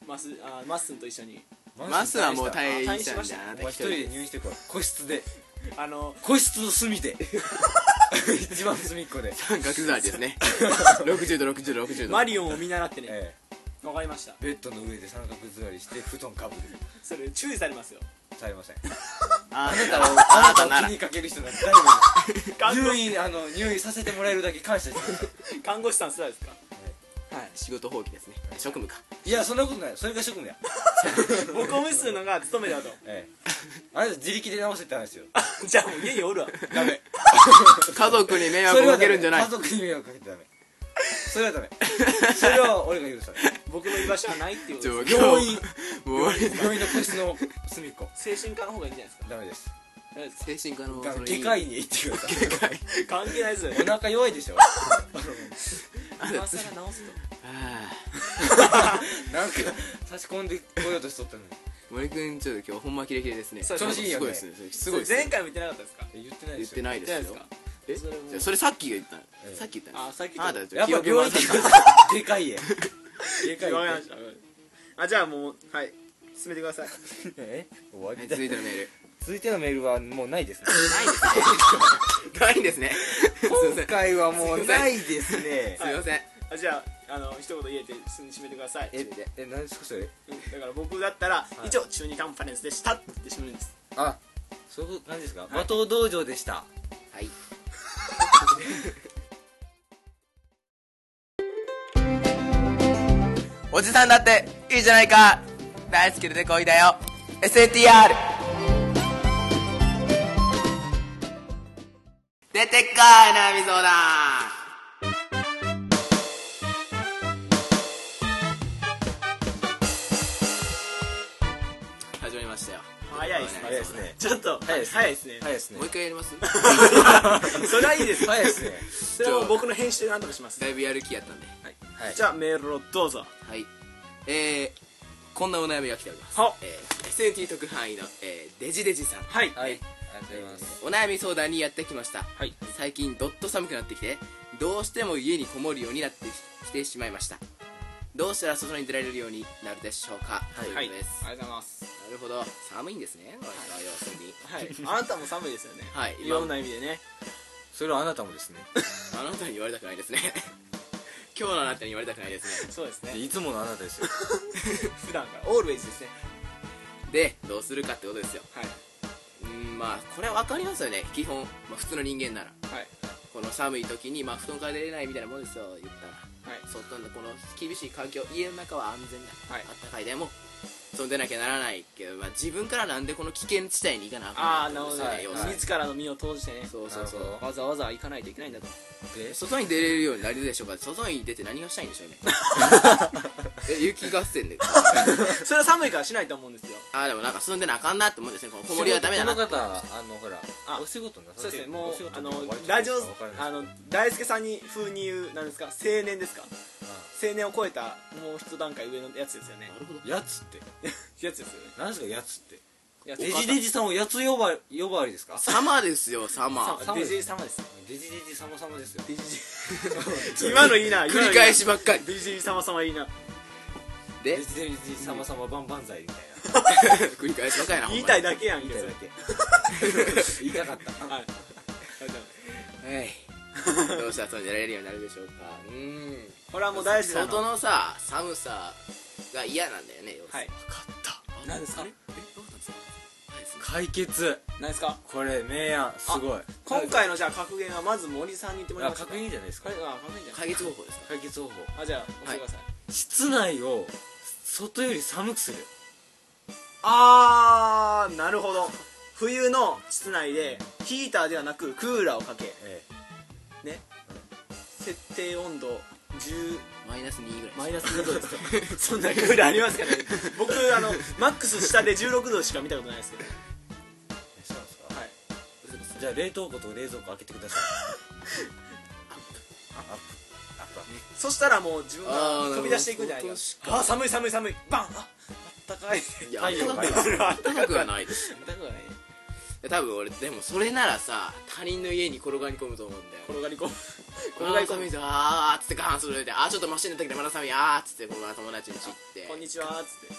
[SPEAKER 2] マスあマッスンと一緒に
[SPEAKER 1] マスはもう退
[SPEAKER 2] 退
[SPEAKER 1] 院
[SPEAKER 2] 院
[SPEAKER 1] し
[SPEAKER 2] したた
[SPEAKER 1] んだな
[SPEAKER 3] お前一人で入院してこい個室で
[SPEAKER 2] あ [LAUGHS] の
[SPEAKER 3] 個室の隅
[SPEAKER 1] [LAUGHS]
[SPEAKER 3] で一番隅っこで
[SPEAKER 1] 三角座りです [LAUGHS] ね60度60度60度
[SPEAKER 2] マリオンを見習ってね
[SPEAKER 3] え
[SPEAKER 2] わかりました
[SPEAKER 3] えベッドの上で三角座りして布団かぶる
[SPEAKER 2] それ注意されますよ
[SPEAKER 3] されません
[SPEAKER 1] あ
[SPEAKER 3] あ
[SPEAKER 1] な
[SPEAKER 3] なた
[SPEAKER 1] た
[SPEAKER 3] を
[SPEAKER 1] を
[SPEAKER 3] あ
[SPEAKER 1] あ
[SPEAKER 3] な
[SPEAKER 1] なた
[SPEAKER 3] たを
[SPEAKER 1] なら
[SPEAKER 3] 気にかける人なんて
[SPEAKER 2] 看
[SPEAKER 3] 誰も
[SPEAKER 2] 護
[SPEAKER 3] いない入院あの入院させてもらえるだけ感謝してる
[SPEAKER 2] 看護師さんすらですか
[SPEAKER 1] 仕事放棄ですね職務か
[SPEAKER 3] いやそんなことないそれが職務や
[SPEAKER 2] 僕を無視するのが勤めだと
[SPEAKER 3] ええあなた自力で直せって話よ
[SPEAKER 2] じゃあもう家におるわ
[SPEAKER 3] ダメ
[SPEAKER 1] 家族に迷
[SPEAKER 3] そ
[SPEAKER 1] 惑を
[SPEAKER 3] れは
[SPEAKER 1] かけるんじゃない
[SPEAKER 3] ダメ家族に迷惑かけてダメそれはダメそれは俺が許さない
[SPEAKER 2] 僕の居場所はないっていうこ
[SPEAKER 1] ちょ
[SPEAKER 2] と
[SPEAKER 1] もう
[SPEAKER 2] で
[SPEAKER 1] [LAUGHS] 今日もう俺
[SPEAKER 3] 病院病院の個室の隅っこ
[SPEAKER 2] す精神科の方がいいんじゃないですか
[SPEAKER 3] ダメです
[SPEAKER 2] 大丈夫です
[SPEAKER 1] 精神科の
[SPEAKER 3] あ
[SPEAKER 1] そ
[SPEAKER 3] の
[SPEAKER 1] の
[SPEAKER 3] 外科医に行ってください
[SPEAKER 1] 外科医
[SPEAKER 2] 関係ないですよ
[SPEAKER 3] お腹弱いでしょ
[SPEAKER 2] 今更直すと
[SPEAKER 1] ああ
[SPEAKER 3] なんか差し込んでこようとしとったのに
[SPEAKER 1] 森君ちょっと今日ほんまキレキレですね
[SPEAKER 2] そう
[SPEAKER 1] ちょっと
[SPEAKER 3] 調子いいよね
[SPEAKER 1] すごいですねすごいですね
[SPEAKER 2] 前回も言ってなかったですか
[SPEAKER 3] え言ってないで
[SPEAKER 1] 言っ
[SPEAKER 3] す
[SPEAKER 1] て
[SPEAKER 3] よ
[SPEAKER 1] ない
[SPEAKER 2] 言っ
[SPEAKER 1] で
[SPEAKER 2] てな
[SPEAKER 1] す
[SPEAKER 2] いです
[SPEAKER 1] よ
[SPEAKER 2] か
[SPEAKER 1] え
[SPEAKER 2] それも
[SPEAKER 1] じゃあそれさっきが言ったの
[SPEAKER 3] ええ
[SPEAKER 1] さっき言った
[SPEAKER 2] あ
[SPEAKER 1] の
[SPEAKER 2] さっき言
[SPEAKER 1] あ
[SPEAKER 2] っ
[SPEAKER 1] な
[SPEAKER 2] た
[SPEAKER 1] たちょ
[SPEAKER 3] や
[SPEAKER 1] っ
[SPEAKER 3] っ
[SPEAKER 1] と
[SPEAKER 3] ぱ
[SPEAKER 1] 記憶
[SPEAKER 3] 病
[SPEAKER 1] が
[SPEAKER 3] 院
[SPEAKER 1] 悪
[SPEAKER 3] 行って
[SPEAKER 1] かっ
[SPEAKER 3] くだ
[SPEAKER 1] た
[SPEAKER 3] さい外科医へ外科医
[SPEAKER 2] わかり
[SPEAKER 3] へ
[SPEAKER 2] ましたあじゃあもうはい進めてください
[SPEAKER 3] え終わ
[SPEAKER 1] はい
[SPEAKER 3] りだ
[SPEAKER 1] 続いてのメール [LAUGHS]
[SPEAKER 3] 続いてのメールはもうないですね
[SPEAKER 1] ないですねないんですねすいませ
[SPEAKER 3] [LAUGHS] 今
[SPEAKER 1] ん
[SPEAKER 3] 回はもうないですね
[SPEAKER 1] すいません
[SPEAKER 2] あじゃああの一言言えてす締めてください
[SPEAKER 3] ええ何ですかそれ
[SPEAKER 2] うんだから僕だったら、以上中二カンファレンスでしたって締めるんです
[SPEAKER 3] あそういうこと何ですか馬頭道場でした
[SPEAKER 1] はい [LAUGHS] おじさんだっていいじゃないか大好きで恋だよ SATR 出てっかい悩み相談始まりましたよ
[SPEAKER 2] 早いですね
[SPEAKER 1] 早いです
[SPEAKER 3] ね
[SPEAKER 2] ちょっと
[SPEAKER 3] 早いですね
[SPEAKER 2] 早いですね
[SPEAKER 3] 早いですね
[SPEAKER 1] もう一回やります
[SPEAKER 2] それはいいです
[SPEAKER 3] 早いですね
[SPEAKER 2] それはもう僕の編集で何とかします
[SPEAKER 1] だいぶやる気やったんで
[SPEAKER 3] はい
[SPEAKER 2] じゃあメールをどうぞ
[SPEAKER 1] はい、えー、こんなお悩みが来ております
[SPEAKER 2] は、
[SPEAKER 1] えー、SNT 特派員の、えーデジデジさん
[SPEAKER 2] はい
[SPEAKER 3] はいありがとうございます
[SPEAKER 1] お悩み相談にやってきました、
[SPEAKER 2] はい
[SPEAKER 1] 最近どっと寒くなってきてどうしても家にこもるようになってきてしまいましたどうしたら外に出られるようになるでしょうか、というこ
[SPEAKER 2] はい
[SPEAKER 1] とです、
[SPEAKER 2] ありがとうございます
[SPEAKER 1] なるほど寒いんですねこれは要するに
[SPEAKER 2] [LAUGHS] はいあなたも寒いですよね
[SPEAKER 1] はい
[SPEAKER 2] いろんな意味でね
[SPEAKER 3] それはあなたもですね
[SPEAKER 1] あなたに言われたくないですね [LAUGHS] 今日のあなたに言われたくないですね
[SPEAKER 2] そうですね
[SPEAKER 3] いつものあなたですよ
[SPEAKER 2] 普段からオールウェイズですね
[SPEAKER 1] でどうするかってことですよ
[SPEAKER 2] はいう
[SPEAKER 1] ーんまあこれは分かりますよね基本、まあ、普通の人間なら
[SPEAKER 2] はい
[SPEAKER 1] この寒い時に、まあ、布団から出れないみたいなもんですよ言ったら
[SPEAKER 2] はい
[SPEAKER 1] そうなんだこの厳しい環境家の中は安全だ、
[SPEAKER 2] はい
[SPEAKER 1] あったかいでもその出なきゃならないけど、まあ、自分からなんでこの危険地帯に行かな
[SPEAKER 2] あ
[SPEAKER 1] あか
[SPEAKER 2] あ
[SPEAKER 1] ん
[SPEAKER 2] な
[SPEAKER 1] の
[SPEAKER 2] る
[SPEAKER 1] か
[SPEAKER 2] ほ
[SPEAKER 1] っ
[SPEAKER 2] ど
[SPEAKER 1] てことですよね要
[SPEAKER 2] ね
[SPEAKER 1] するに
[SPEAKER 2] 自らの身を投じてね
[SPEAKER 1] そうそうそ
[SPEAKER 3] なるほ
[SPEAKER 1] う
[SPEAKER 3] ど
[SPEAKER 2] わざわざ行かないといけないんだと
[SPEAKER 3] で
[SPEAKER 1] 外に出れるようになるでしょうか外に出て何がしたいんでしょう
[SPEAKER 2] [LAUGHS]
[SPEAKER 1] ねえ雪合戦で
[SPEAKER 2] それは寒いからしないと思うんですよ
[SPEAKER 1] ああでもなんか進んでなあかんなって思うんですねこのこもりはダメだな
[SPEAKER 3] この方あのほら
[SPEAKER 2] あ
[SPEAKER 3] お仕事な
[SPEAKER 2] そう
[SPEAKER 3] さって
[SPEAKER 2] です
[SPEAKER 3] る
[SPEAKER 2] ねもう
[SPEAKER 3] お仕事
[SPEAKER 2] あの
[SPEAKER 3] とか割と
[SPEAKER 2] ラジオ
[SPEAKER 3] わかるんです
[SPEAKER 2] あの大輔さんに風に言うなんですか青年ですか青年を超えたもう一段階上のやつですよね
[SPEAKER 3] うんやつって
[SPEAKER 2] やつですよね
[SPEAKER 3] 何ですかやつって
[SPEAKER 2] やつ
[SPEAKER 3] デジデジさんをやつ呼ば呼ばわりですか
[SPEAKER 1] サマーですよサマー
[SPEAKER 2] さデジ様です
[SPEAKER 3] デジデジ様様ですよ
[SPEAKER 2] デジデジ [LAUGHS] 今のいい [LAUGHS] な今のい
[SPEAKER 1] 繰
[SPEAKER 2] いな
[SPEAKER 1] り返しばっかり
[SPEAKER 2] デジデジ様様いいな
[SPEAKER 1] で
[SPEAKER 3] デジデジ様様万々歳みた
[SPEAKER 2] [LAUGHS]
[SPEAKER 3] い
[SPEAKER 1] 繰り返しばっかりやなほん
[SPEAKER 2] 言
[SPEAKER 1] まに
[SPEAKER 2] いたいだけやん
[SPEAKER 3] な
[SPEAKER 2] け
[SPEAKER 3] 言い
[SPEAKER 2] ど
[SPEAKER 3] たいだけ言いたかった
[SPEAKER 2] はい
[SPEAKER 1] はいどうしたらそう出られるようになるでしょうかうーん
[SPEAKER 2] これはもう大輔さん
[SPEAKER 1] 外
[SPEAKER 2] の
[SPEAKER 1] のさ寒さが嫌なんだよね要す
[SPEAKER 2] は
[SPEAKER 1] る
[SPEAKER 2] い
[SPEAKER 1] に
[SPEAKER 2] った何ですか
[SPEAKER 1] あれえどうなんですかないですね
[SPEAKER 3] 解決
[SPEAKER 2] 何ですか
[SPEAKER 3] これ明暗すごい
[SPEAKER 2] 今回のじゃあ格言はまず森さんに言ってもらい
[SPEAKER 3] あ
[SPEAKER 2] ましょう
[SPEAKER 3] 確認じゃないです
[SPEAKER 2] こ
[SPEAKER 3] か
[SPEAKER 2] れあ格言じゃない
[SPEAKER 1] 解決方法ですか
[SPEAKER 3] 解決方法
[SPEAKER 2] あじゃあ教えてください
[SPEAKER 3] 室内を外より寒くする
[SPEAKER 2] あーなるほど冬の室内でヒーターではなくクーラーをかけ
[SPEAKER 3] ええ
[SPEAKER 2] ね設定温度10
[SPEAKER 1] マイナス2ぐらい
[SPEAKER 2] マイナス2度ですかそんなクーラーあります [LAUGHS] かね僕あのマックス下で16度しか見たことないですけど
[SPEAKER 3] そうなんですか
[SPEAKER 2] はい
[SPEAKER 3] じゃあ冷凍庫と冷蔵庫開けてくださいアップアップアップ
[SPEAKER 2] そしたらもう自分が
[SPEAKER 1] あーなるほど
[SPEAKER 2] 飛び出していくんじゃないか
[SPEAKER 1] そう
[SPEAKER 2] あー寒い寒い寒いバンああったかい
[SPEAKER 1] いや
[SPEAKER 3] 太陽が
[SPEAKER 1] 暖かくはないです
[SPEAKER 2] 暖かい
[SPEAKER 1] や多分俺でもそれならさ他人の家に転がり込むと思うんだよ
[SPEAKER 2] 転がり込む
[SPEAKER 1] 転
[SPEAKER 2] 転
[SPEAKER 1] が
[SPEAKER 2] が
[SPEAKER 1] り
[SPEAKER 2] り
[SPEAKER 1] 込
[SPEAKER 2] 込
[SPEAKER 1] む
[SPEAKER 2] む
[SPEAKER 1] ぞあーっつってガーンするであーちょっとマシになったけどまだ寒いあーっつってこの友達に行って
[SPEAKER 2] こんにちはーっつって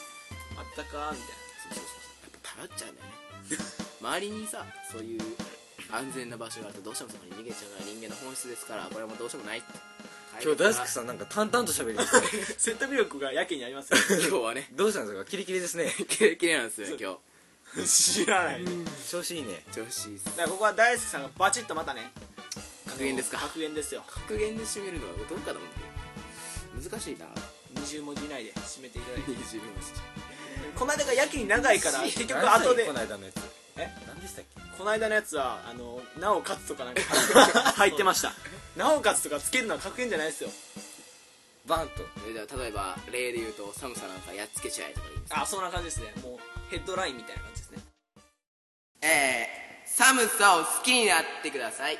[SPEAKER 2] あったかーみたい
[SPEAKER 1] そうそうそうやっぱ頼っちゃうんだよね周りにさそういう安全な場所があるとどうしてもそこに逃げちゃうのが人間の本質ですからこれはもうどうしようもないって
[SPEAKER 4] [LAUGHS] 今日大輔
[SPEAKER 1] さ
[SPEAKER 4] さんなんか淡々と喋りますね
[SPEAKER 2] な説得力がやけにありますよ
[SPEAKER 1] [LAUGHS] 今日はね
[SPEAKER 4] どうしたんですかキレキレですね
[SPEAKER 1] キレキレなんですよ今日
[SPEAKER 2] [LAUGHS] 知らない、だ
[SPEAKER 4] [LAUGHS] 調子いいね
[SPEAKER 1] 調子いいっす
[SPEAKER 2] からここは大輔さんがバチッとまたね
[SPEAKER 1] 格言ですか
[SPEAKER 2] 格言ですよ
[SPEAKER 1] 格言で締めるのはどうかと思って難しいな
[SPEAKER 2] 20文字以内で締めていただいて
[SPEAKER 1] 20秒です
[SPEAKER 2] この間がやけに長いから結局
[SPEAKER 4] 何でしたっ
[SPEAKER 2] 後
[SPEAKER 4] け
[SPEAKER 2] で
[SPEAKER 4] この間のやつ
[SPEAKER 2] え
[SPEAKER 4] 何でしたっけ
[SPEAKER 2] この間のやつはあのなおかつと [LAUGHS] かなんか入ってましたなおかつとかつけるのは格言じゃないですよ
[SPEAKER 4] バンと
[SPEAKER 1] それでは例えば例で言うと寒さなんかやっつけちゃえとか言います
[SPEAKER 2] あそんな感じですねもうヘッドラインみたいな感じですね
[SPEAKER 1] えー、寒さを好きになってください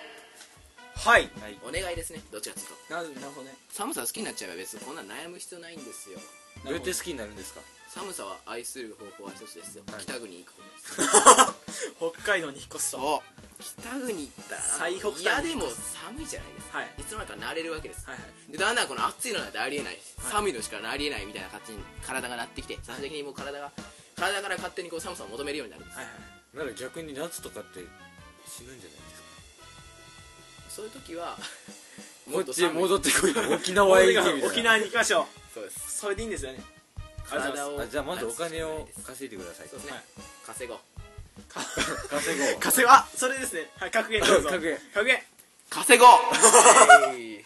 [SPEAKER 2] はい
[SPEAKER 1] お願いですねどっちかっていうと
[SPEAKER 2] なるなるほどね
[SPEAKER 1] 寒さ好きになっちゃえば別にこんな悩む必要ないんですよ
[SPEAKER 4] どうやって好きになるんですか
[SPEAKER 1] 寒さは愛する方法は一つですよ、
[SPEAKER 4] はい
[SPEAKER 1] 北国に行く方です
[SPEAKER 2] 北海道に引っ越すと
[SPEAKER 1] そう北国行ったら
[SPEAKER 2] 最北端
[SPEAKER 1] いやでも寒いじゃないですか、
[SPEAKER 2] はい
[SPEAKER 1] いつの間にか慣れるわけです、
[SPEAKER 2] はいはい
[SPEAKER 1] でだんだんこの暑いのなんてありえない、寒いのしかありえないみたいな感じに体がなってきて最終的にもう体が体から勝手にこう寒さを求めるようになるんです、
[SPEAKER 2] はい
[SPEAKER 4] なら逆に夏とかって死ぬんじゃないですか
[SPEAKER 1] そういう時は
[SPEAKER 4] こっちへ
[SPEAKER 1] い
[SPEAKER 4] 戻ってこい [LAUGHS] 沖縄へ行
[SPEAKER 2] は
[SPEAKER 4] け
[SPEAKER 2] い
[SPEAKER 4] みたいな
[SPEAKER 2] 沖縄に行きましょう
[SPEAKER 1] そうです
[SPEAKER 2] それでいいんですよねありがとう
[SPEAKER 1] 体
[SPEAKER 2] ございま
[SPEAKER 4] あ
[SPEAKER 1] を
[SPEAKER 4] じゃあまずお金を稼いでください
[SPEAKER 1] そうですね、
[SPEAKER 2] はい
[SPEAKER 1] 稼ごう
[SPEAKER 2] す
[SPEAKER 4] 稼ごう
[SPEAKER 2] 稼はそれですねはい格言どうぞ
[SPEAKER 4] 格言
[SPEAKER 2] [LAUGHS] 格言
[SPEAKER 1] 稼ごうはい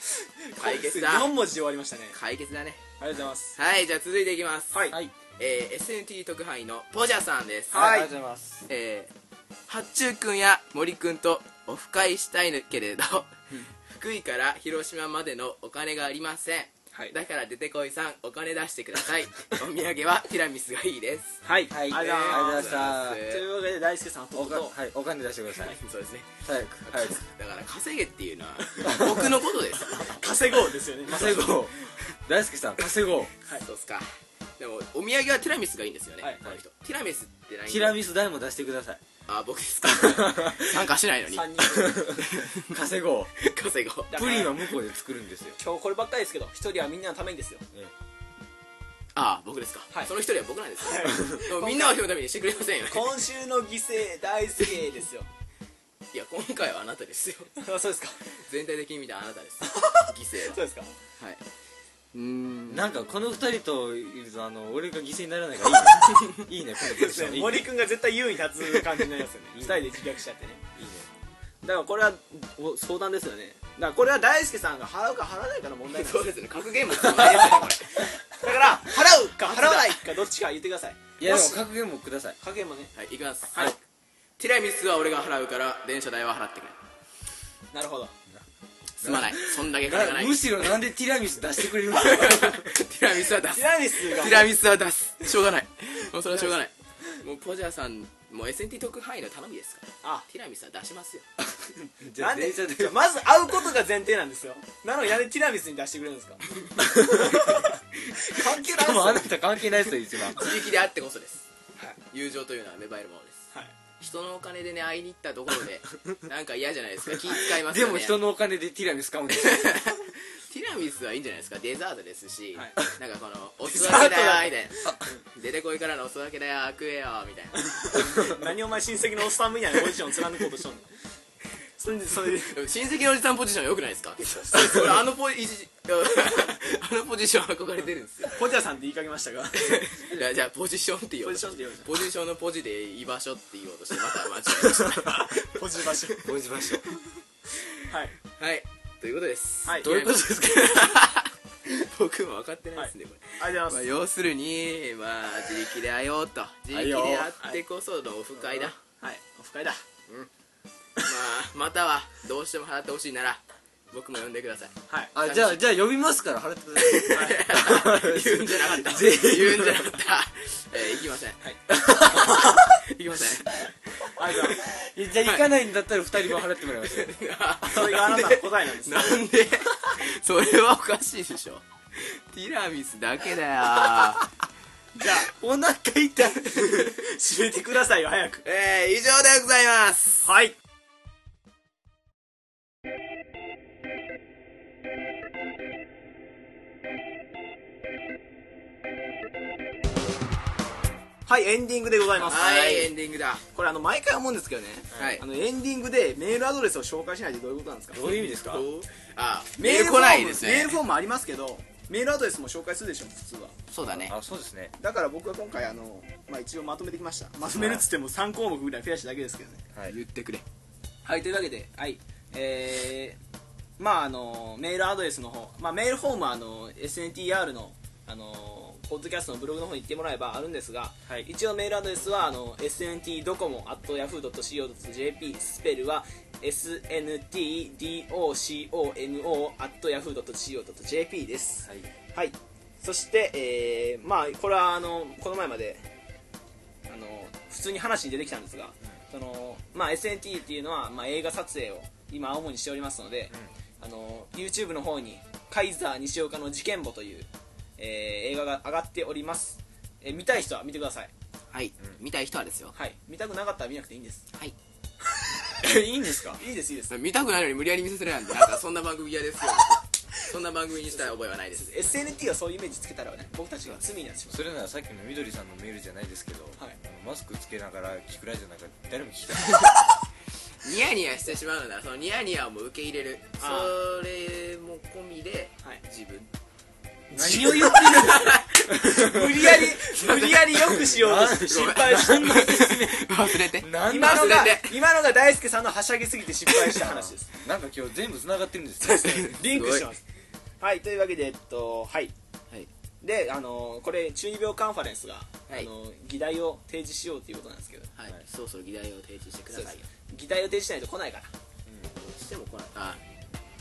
[SPEAKER 1] 解決だ
[SPEAKER 2] 4文字で終わりましたね
[SPEAKER 1] 解決だね
[SPEAKER 2] ありがとうございます
[SPEAKER 1] はいじゃあ続いていきます、
[SPEAKER 2] はい
[SPEAKER 4] はい
[SPEAKER 1] えー SNT 特派員のポジャさんです
[SPEAKER 2] はい
[SPEAKER 4] ありがとうございます
[SPEAKER 1] えー、八中君や森君とオフ会したいけれど福井から広島までのお金がありません、
[SPEAKER 2] はい
[SPEAKER 1] だから出てこいさんお金出してくださいお土産はティラミスがいいです
[SPEAKER 2] はい
[SPEAKER 4] はい
[SPEAKER 2] ありがとうございま
[SPEAKER 4] あり
[SPEAKER 2] す
[SPEAKER 4] がとうございま
[SPEAKER 2] というわけで大輔さんと
[SPEAKER 4] お金
[SPEAKER 2] 弟
[SPEAKER 4] はいお金出してください
[SPEAKER 1] そうですね
[SPEAKER 4] 早く早く
[SPEAKER 1] だから稼げっていうのは僕のことですよ
[SPEAKER 2] 稼ごうですよね
[SPEAKER 4] 稼ごう [LAUGHS] 大輔さん稼ごう
[SPEAKER 1] はいそうっすかでもお土産はティラミスがいいんですよね、
[SPEAKER 2] はい
[SPEAKER 1] この人ティラミスって何
[SPEAKER 4] ティラミス代も出してください
[SPEAKER 1] あ僕ですか参加しないのに
[SPEAKER 2] 3人
[SPEAKER 4] 稼ごう
[SPEAKER 1] 稼ごう
[SPEAKER 2] だ
[SPEAKER 4] [LAUGHS]
[SPEAKER 2] から
[SPEAKER 4] プリンは向こうで作るんですよ
[SPEAKER 2] [LAUGHS] 今日こればっかりですけど一人はみんなのためにですよ
[SPEAKER 1] ああ僕ですか、
[SPEAKER 2] はい
[SPEAKER 1] その一人は僕なんですよ、でもみんなの人のためにしてくれませんよね
[SPEAKER 2] 今週の犠牲大好きですよ
[SPEAKER 1] いや今回はあなたですよ
[SPEAKER 2] [LAUGHS] あそうですか
[SPEAKER 1] 全体的に見たらあなたです犠牲
[SPEAKER 2] そう
[SPEAKER 1] は
[SPEAKER 2] ですか
[SPEAKER 1] はいうーん
[SPEAKER 4] なんかこの二人といるとあの俺が犠牲にならないからいい [LAUGHS] ねいいねこのポジションいいね
[SPEAKER 2] 森君が絶対優位に立つ感じになりますよね二人で自虐しちゃってね
[SPEAKER 4] いいね
[SPEAKER 2] だからこれはお相談ですよねだからこれは大輔さんが払うか払わないかの問題なんです
[SPEAKER 1] [LAUGHS] そう
[SPEAKER 2] よ
[SPEAKER 1] ですね格言もそうなんですねこ
[SPEAKER 2] だから払うか払わないかどっちか言ってください
[SPEAKER 4] いや
[SPEAKER 2] も
[SPEAKER 4] でも
[SPEAKER 2] し
[SPEAKER 4] 格言もください
[SPEAKER 2] 加減もね
[SPEAKER 1] れはい行きます
[SPEAKER 2] はい
[SPEAKER 1] ティラミスは俺が払うから電車代は払ってくれ
[SPEAKER 2] なるほど
[SPEAKER 1] すまないそんだけ金がない
[SPEAKER 4] む
[SPEAKER 1] [LAUGHS] テ
[SPEAKER 4] しろなんでティラミス出してくれるんですか
[SPEAKER 1] ィラミスは出す
[SPEAKER 2] ティラミス
[SPEAKER 1] テ
[SPEAKER 2] が
[SPEAKER 1] ィラミスは出すしょうがないもうそれはしょうがないもうポジャーさんもう SNT 特派員の頼みですから
[SPEAKER 2] あ
[SPEAKER 1] ティラミスは出しますよ
[SPEAKER 4] じゃ
[SPEAKER 2] な
[SPEAKER 4] あ
[SPEAKER 2] んで
[SPEAKER 4] 電車
[SPEAKER 2] じ
[SPEAKER 4] で
[SPEAKER 2] ゃあまず会うことが前提なんですよなのになんでティラミスに出してくれるんですか関係ない
[SPEAKER 4] で
[SPEAKER 2] ですよ
[SPEAKER 4] もあなた関係ないですよ一番
[SPEAKER 1] 自力であってこそです
[SPEAKER 2] はい
[SPEAKER 1] 友情というのは芽生えるものです
[SPEAKER 2] はい
[SPEAKER 1] 人のお金でね会いに行ったところでなんか嫌じゃないですか気使います
[SPEAKER 4] で
[SPEAKER 1] よね
[SPEAKER 4] も人のお金でティラミス買うんですよ
[SPEAKER 1] ティラミスはいいんじゃないですかデザートですし、
[SPEAKER 2] はい
[SPEAKER 1] なんかこの「お裾分けだよ」み
[SPEAKER 2] デ
[SPEAKER 1] たいな「出てこいからのお裾分けだよ食えよ」みたいな
[SPEAKER 2] [LAUGHS] 何お前親戚のおっさんみたいなポジション貫こうとしとんのそれでそれで
[SPEAKER 1] でも親戚のおじさんポジション良くないですか [LAUGHS] 俺あのポジあのポジション憧れてるんですよ
[SPEAKER 2] ポジャさんって言いかけましたが
[SPEAKER 1] い [LAUGHS] やじゃあポジションって言お
[SPEAKER 2] [LAUGHS] ポ
[SPEAKER 1] う
[SPEAKER 2] ジ
[SPEAKER 1] と
[SPEAKER 2] ションって言われ
[SPEAKER 1] ポジションのポジで居場所って言おうとしてまた間違えました
[SPEAKER 2] たポジ場所
[SPEAKER 4] 応じましょう
[SPEAKER 2] はい
[SPEAKER 1] はいということです、
[SPEAKER 2] はい
[SPEAKER 1] どういうことですか [LAUGHS] 僕も分かってないですね、これ
[SPEAKER 2] ありがとうご
[SPEAKER 1] ま
[SPEAKER 2] ざ
[SPEAKER 1] あ、
[SPEAKER 2] いま
[SPEAKER 1] 要するに、まあ、自力であようと自力であってこそのオフ会だ、
[SPEAKER 2] すはいオフ会だ
[SPEAKER 1] まあ、またはどうしても払ってほしいなら僕も呼んでく [LAUGHS] ださい
[SPEAKER 2] はい
[SPEAKER 4] あじゃあじゃあ呼びますから払ってください
[SPEAKER 1] 言うんじゃなかった言うんじゃなかった、えー、行きません、
[SPEAKER 2] い
[SPEAKER 1] [LAUGHS] 行きません
[SPEAKER 2] ありがとうございます
[SPEAKER 4] いやじゃあ行かないんだったら二人分払ってもらいますよ
[SPEAKER 2] それがあなたの答え [LAUGHS] なんです
[SPEAKER 1] [LAUGHS]
[SPEAKER 2] ね
[SPEAKER 1] なんでそれはおかしいでしょティラミスだけだよ
[SPEAKER 2] じゃあ [LAUGHS]
[SPEAKER 4] お腹痛い
[SPEAKER 2] し教えてくださいよ早く
[SPEAKER 1] えー、以上でございます
[SPEAKER 2] はいはいエンディングでございます
[SPEAKER 1] はいエンディングだ
[SPEAKER 2] これあの毎回思うんですけどね、
[SPEAKER 1] はい
[SPEAKER 2] あのエンディングでメールアドレスを紹介しないってどういうことなんですか
[SPEAKER 3] どういう意味ですか
[SPEAKER 1] あメ
[SPEAKER 2] メ
[SPEAKER 1] ール
[SPEAKER 2] ール
[SPEAKER 1] 来
[SPEAKER 2] 来
[SPEAKER 1] な
[SPEAKER 2] ないい
[SPEAKER 1] で
[SPEAKER 2] ですす
[SPEAKER 1] ね
[SPEAKER 2] ねメールフォームありますけどメールアドレスも紹介するでしょ普通は
[SPEAKER 1] そうだね
[SPEAKER 3] あそうですね
[SPEAKER 2] だから僕は今回あの、まあ、一応まとめてきましたまとめるっつっても3項目ぐらい増やしただけですけどね
[SPEAKER 3] はい
[SPEAKER 1] 言ってくれ
[SPEAKER 2] はいというわけではいえー、まああのメールアドレスの方、まあ、メールフォームはあの SNTR のあのポッドキャストのブログの方に行ってもらえばあるんですが、
[SPEAKER 3] はい
[SPEAKER 2] 一応メールアドレスはあの SNT ドコモ at yahoo.co.jp スペルは SNTDOCOMO at yahoo.co.jp です
[SPEAKER 3] はい
[SPEAKER 2] はい、そして、えーまあ、これはあのこの前まであの普通に話に出てきたんですが、そのまあ、SNT っていうのは、まあ、映画撮影を今主にしておりますので、あの YouTube の方に「カイザー西岡の事件簿」という、えー映画が上がっております、えー見たい人は見てください、
[SPEAKER 1] はい、見たい人はですよ
[SPEAKER 2] はい、見たくなかったら見なくていいんです
[SPEAKER 1] はい
[SPEAKER 2] [LAUGHS] いいんですかいいですいいです
[SPEAKER 1] 見たくないのに無理やり見せてるやんなんかそんな番組嫌 [LAUGHS] ですよそんな番組にした覚えはないです
[SPEAKER 2] SNT はそういうイメージつけたらね僕たちが罪になってしまう
[SPEAKER 3] それならさっきのみどりさんのメールじゃないですけど、
[SPEAKER 2] はい
[SPEAKER 3] あのマスクつけながら聞くラジオなんか誰も聞きた [LAUGHS]
[SPEAKER 1] ニヤニヤしてしまうのならそのニヤニヤをもう受け入れるそ
[SPEAKER 2] あ
[SPEAKER 1] れも込みで
[SPEAKER 2] はい
[SPEAKER 1] 自分
[SPEAKER 2] 何を言ってるの無理やり無理やりよくしようとして失敗した
[SPEAKER 1] 忘れて
[SPEAKER 3] ない
[SPEAKER 2] 今のが
[SPEAKER 1] 忘れて
[SPEAKER 2] 今のが大輔さんのはしゃぎすぎて失敗した話です
[SPEAKER 3] なんか今日全部繋がってるんですね
[SPEAKER 2] リンクしてますはいというわけでえっとはい、
[SPEAKER 1] はい
[SPEAKER 2] であのこれ中二病カンファレンスが、
[SPEAKER 1] はい
[SPEAKER 2] あの議題を提示しようということなんですけど
[SPEAKER 1] はい、そろそろ議題を提示してくださいよ
[SPEAKER 2] 議題を提示しないと来ないから
[SPEAKER 1] しても来ないあ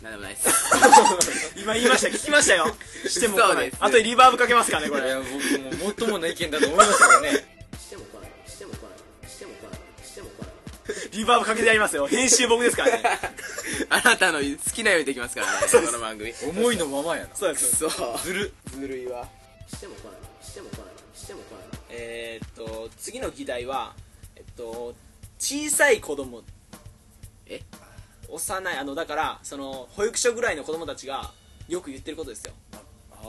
[SPEAKER 1] なんでもないです
[SPEAKER 2] 今言いました聞きましたよ [LAUGHS] しても来
[SPEAKER 1] そう
[SPEAKER 2] な
[SPEAKER 1] で
[SPEAKER 2] い
[SPEAKER 1] す
[SPEAKER 2] あとリバーブかけますからねこ
[SPEAKER 3] い
[SPEAKER 2] れ
[SPEAKER 3] や僕ももっともな意見だと思いますけどね
[SPEAKER 1] しても来ないしても来ないしても来ないしても来ない
[SPEAKER 2] リバーブかけてやりますよ編集僕ですからね
[SPEAKER 1] [LAUGHS] あなたの好きなようにできますからね [LAUGHS] この番組
[SPEAKER 3] 思いのままやな
[SPEAKER 2] そうです
[SPEAKER 1] そう
[SPEAKER 3] ずる
[SPEAKER 2] ずるいわ
[SPEAKER 1] しても来ないしても来ないしても来ない
[SPEAKER 2] えーっと次の議題は、えっと、小さい子供
[SPEAKER 1] え
[SPEAKER 2] 幼いあのだからその保育所ぐらいの子供たちがよく言ってることですよ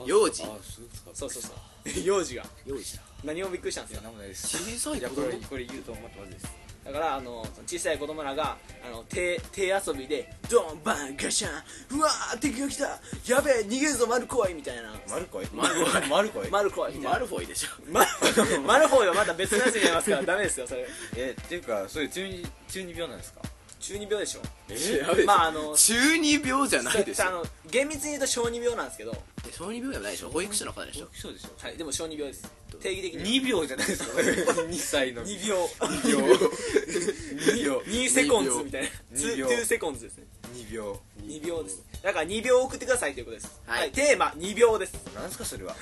[SPEAKER 1] 幼児
[SPEAKER 3] あそうですか
[SPEAKER 2] そうそうそう [LAUGHS] 幼児が
[SPEAKER 1] 用意した
[SPEAKER 2] 何もびっくりしたんで
[SPEAKER 3] い
[SPEAKER 2] す
[SPEAKER 3] や
[SPEAKER 2] よ
[SPEAKER 3] なんもないです
[SPEAKER 1] 小さい
[SPEAKER 3] いや
[SPEAKER 1] 子
[SPEAKER 3] こ
[SPEAKER 1] 供
[SPEAKER 3] れこれ言うと思ってますです
[SPEAKER 2] だからあの小さい子供らがあの手手遊びでドンバンガシャンうわー敵が来たやべえ逃げるぞマルコイみたいな
[SPEAKER 3] マルコイ
[SPEAKER 1] マルコイ
[SPEAKER 3] マルコイ
[SPEAKER 2] マルコイみたい
[SPEAKER 1] マ
[SPEAKER 2] な
[SPEAKER 1] ルフォイでしょ
[SPEAKER 2] マルマルコイはま [LAUGHS] た別のやつになりますからダメですよそれ
[SPEAKER 3] えっていうかそういう中二中二病なんですか
[SPEAKER 2] 中二病でしょ
[SPEAKER 1] えやべえ
[SPEAKER 2] まああの
[SPEAKER 1] 中二病じゃないでし
[SPEAKER 2] あ
[SPEAKER 1] ょ
[SPEAKER 2] の厳密に言うと小児病なんですけど、
[SPEAKER 1] 小児病じゃないでしょ保育所の方でしょ
[SPEAKER 3] そうでしょ
[SPEAKER 2] はい、でも小児病です定義的に
[SPEAKER 3] 2秒じゃないですか [LAUGHS] 2歳の
[SPEAKER 2] 2秒
[SPEAKER 3] 秒2秒
[SPEAKER 2] 2セコンズみたいな
[SPEAKER 3] 2秒
[SPEAKER 2] 2セコンズですね
[SPEAKER 3] 2秒
[SPEAKER 2] 2秒ですだから2秒送ってくださいということです、
[SPEAKER 1] は
[SPEAKER 2] はいいテーマ2秒です
[SPEAKER 1] [LAUGHS]
[SPEAKER 3] なんすかそれは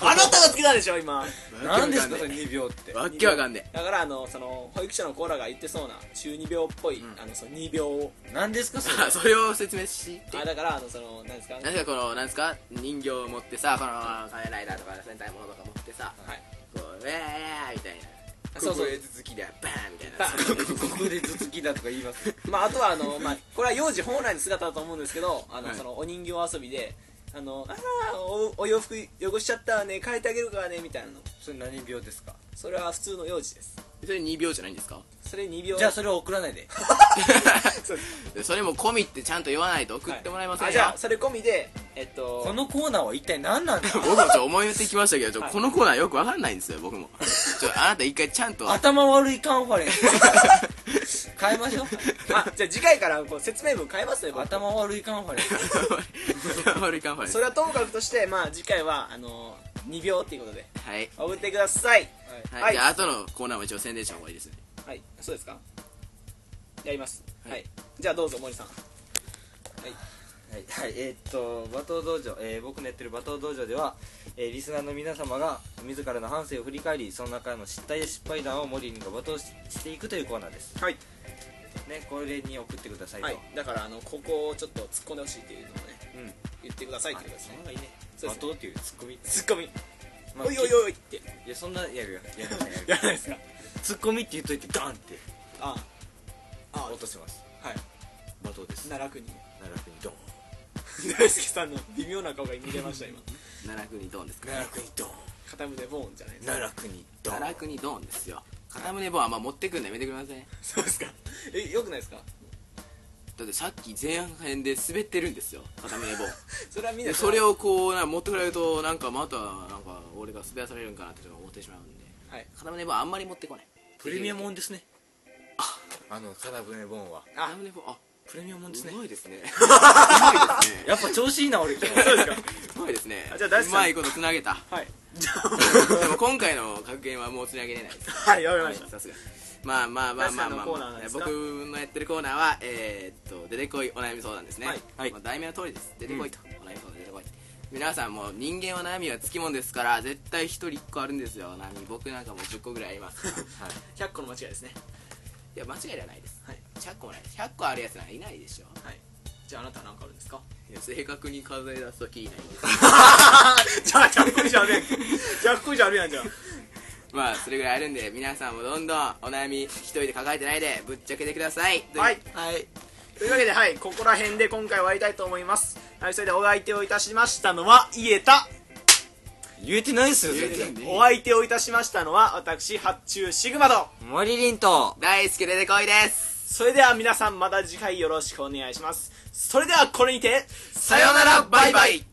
[SPEAKER 2] あなたがつけたでしょ今
[SPEAKER 3] なんですかそれ2秒って
[SPEAKER 1] わっけわかんね
[SPEAKER 2] だからあのその保育所の子らが言ってそうな中2秒っぽい、あのその2秒を
[SPEAKER 3] なんです [LAUGHS] かそれ
[SPEAKER 1] え [LAUGHS] それを説明して
[SPEAKER 2] あだからあのそのなんですか
[SPEAKER 1] なんかこのなんですか人形を持ってさこの仮面ライダーとか戦隊ものとか持ってさ
[SPEAKER 2] はい
[SPEAKER 1] こう「ウェーみたいな
[SPEAKER 2] そうそ
[SPEAKER 1] こ
[SPEAKER 2] う
[SPEAKER 1] こ
[SPEAKER 2] [LAUGHS]
[SPEAKER 1] へ続きでバーンみたいな
[SPEAKER 2] バー
[SPEAKER 3] ここで頭突きだとか言います
[SPEAKER 2] まあ、あとはあの、まあ、これは幼児本来の姿だと思うんですけどあの、
[SPEAKER 1] はい
[SPEAKER 2] そのお人形遊びで「あのあらおお洋服汚しちゃったわね変えてあげるからね」みたいなの
[SPEAKER 3] それ何秒 [LAUGHS] ですか
[SPEAKER 2] それは普通の幼児です
[SPEAKER 1] それ2秒じゃないんです
[SPEAKER 2] [LAUGHS]
[SPEAKER 1] か
[SPEAKER 2] それ2秒
[SPEAKER 3] じゃあそれを送らないで
[SPEAKER 1] でそれも込みってちゃんと言わないと送ってもらえません
[SPEAKER 2] はいあ
[SPEAKER 1] よ、
[SPEAKER 2] じゃあそれ込みでえっと
[SPEAKER 3] このコーナーは一体何なん [LAUGHS] だ
[SPEAKER 1] 僕もちょっと思い出してきましたけどちょ、
[SPEAKER 2] はい
[SPEAKER 1] このコーナーよくわかんないんですよ僕もちょあなた一回ちゃんと [LAUGHS]
[SPEAKER 3] 頭悪いカンファレン [LAUGHS] ス変えましょう
[SPEAKER 2] あじゃあ次回からこう説明文変えますね僕
[SPEAKER 3] 頭悪いカンファレンス
[SPEAKER 1] 悪いカンファレン
[SPEAKER 2] そ
[SPEAKER 1] ス
[SPEAKER 2] れはともかくとしてまあ次回はあの2秒っていうことで
[SPEAKER 1] はい、
[SPEAKER 2] 送ってください
[SPEAKER 1] はい
[SPEAKER 2] はい
[SPEAKER 1] じゃあ後のコーナーも一応宣伝した方がいいですね
[SPEAKER 2] はいそうですかやります
[SPEAKER 1] は
[SPEAKER 2] はいい、じゃあどうぞ森さん
[SPEAKER 3] はい、はい、えーっと馬頭道場、えー僕のやってる馬頭道場では、えーリスナーの皆様が自らの反省を振り返りその中の失態や失敗談をモリリンが罵倒ししていくというコーナーです
[SPEAKER 2] はい、
[SPEAKER 3] ねこれに送ってくださいと、
[SPEAKER 2] はい、だからあのここをちょっと突っ込んでほしいっていうのをね
[SPEAKER 3] うん
[SPEAKER 2] 言ってくださいってことですね
[SPEAKER 3] あその方がいいね
[SPEAKER 2] そう
[SPEAKER 3] 罵
[SPEAKER 2] ですね
[SPEAKER 3] 倒っていうよりツッコミ、
[SPEAKER 2] ツッコミ
[SPEAKER 3] まあ
[SPEAKER 2] おいおいおいって
[SPEAKER 3] いやそんなやるよやりませんやりません
[SPEAKER 2] やらないですか
[SPEAKER 4] ツッコミって言っといてガンって
[SPEAKER 2] あああ
[SPEAKER 4] 落とします
[SPEAKER 2] はい
[SPEAKER 4] 罵倒です
[SPEAKER 2] 奈良国
[SPEAKER 4] 奈良国ドン
[SPEAKER 2] [LAUGHS] 大輔さんの微妙な顔が見れました今
[SPEAKER 1] 奈良国ドンですか
[SPEAKER 4] 奈良国ドン
[SPEAKER 2] 片胸ボーンじゃないですか
[SPEAKER 4] 奈良国ドン
[SPEAKER 1] 奈良国ドンですよ片胸棒はあんま持ってくんのやめてくださいね
[SPEAKER 2] そうですかえよくないですか
[SPEAKER 1] だってさっき前編で滑ってるんですよ片胸棒
[SPEAKER 2] それはみん
[SPEAKER 1] で
[SPEAKER 2] な
[SPEAKER 1] それをこうな持ってくれるとなんかまたなんか俺が滑らされるんかなってちょっと思ってしまうんで
[SPEAKER 2] はい
[SPEAKER 1] 片胸棒あんまり持ってこない
[SPEAKER 4] プレミアムオンですねあの金船ボンは
[SPEAKER 1] 片胸棒あ
[SPEAKER 4] プレミアムオンですね
[SPEAKER 1] うまいですね
[SPEAKER 4] やっぱ調子いい [LAUGHS] な俺今日
[SPEAKER 2] そうですか
[SPEAKER 1] うまいですね
[SPEAKER 2] あじゃあ大
[SPEAKER 1] う
[SPEAKER 2] 地さん
[SPEAKER 1] まいことつなげた
[SPEAKER 2] はい
[SPEAKER 1] でも今回の格言はもうつなげれないです
[SPEAKER 2] はいわかりました
[SPEAKER 1] さすがまあまあまあまあまあ、
[SPEAKER 2] 大地さんのコーナーなんですか
[SPEAKER 1] 僕のやってるコーナーはえーっと出てこいお悩み相談ですね
[SPEAKER 2] はい
[SPEAKER 4] はい
[SPEAKER 1] まあ、題名の通りです出てこいと、お悩み相談出てこい皆さんもう人間は悩みはつきもんですから絶対一人一個あるんですよ悩み僕なんかもう10個ぐらいあります
[SPEAKER 2] [LAUGHS] 100個の間違いですね
[SPEAKER 1] いや間違いではないです
[SPEAKER 2] はい
[SPEAKER 1] 100個もないです100個あるやつなんかいないでしょ
[SPEAKER 2] はいじゃああなたは何かあるんですか
[SPEAKER 1] いや正確に数え出すときいないです
[SPEAKER 2] じゃあ100個以上あるやん100個以上あるやんじゃあ
[SPEAKER 1] まあそれぐらいあるんで皆さんもどんどんお悩み一人で抱えてないでぶっちゃけてください
[SPEAKER 2] はい
[SPEAKER 1] はい
[SPEAKER 2] というわけではいここら辺で今回終わりたいと思いますはいそれでお相手をいたしましたのはイエタ
[SPEAKER 4] 言えてないですよ全
[SPEAKER 1] 言えて
[SPEAKER 4] 然
[SPEAKER 1] ない
[SPEAKER 2] お相手をいたしましたのは私発注シグマと
[SPEAKER 4] 森凛と
[SPEAKER 1] 大好き出てこいです
[SPEAKER 2] それでは皆さんまた次回よろしくお願いしますそれではこれにてさ
[SPEAKER 1] さようならバイバイ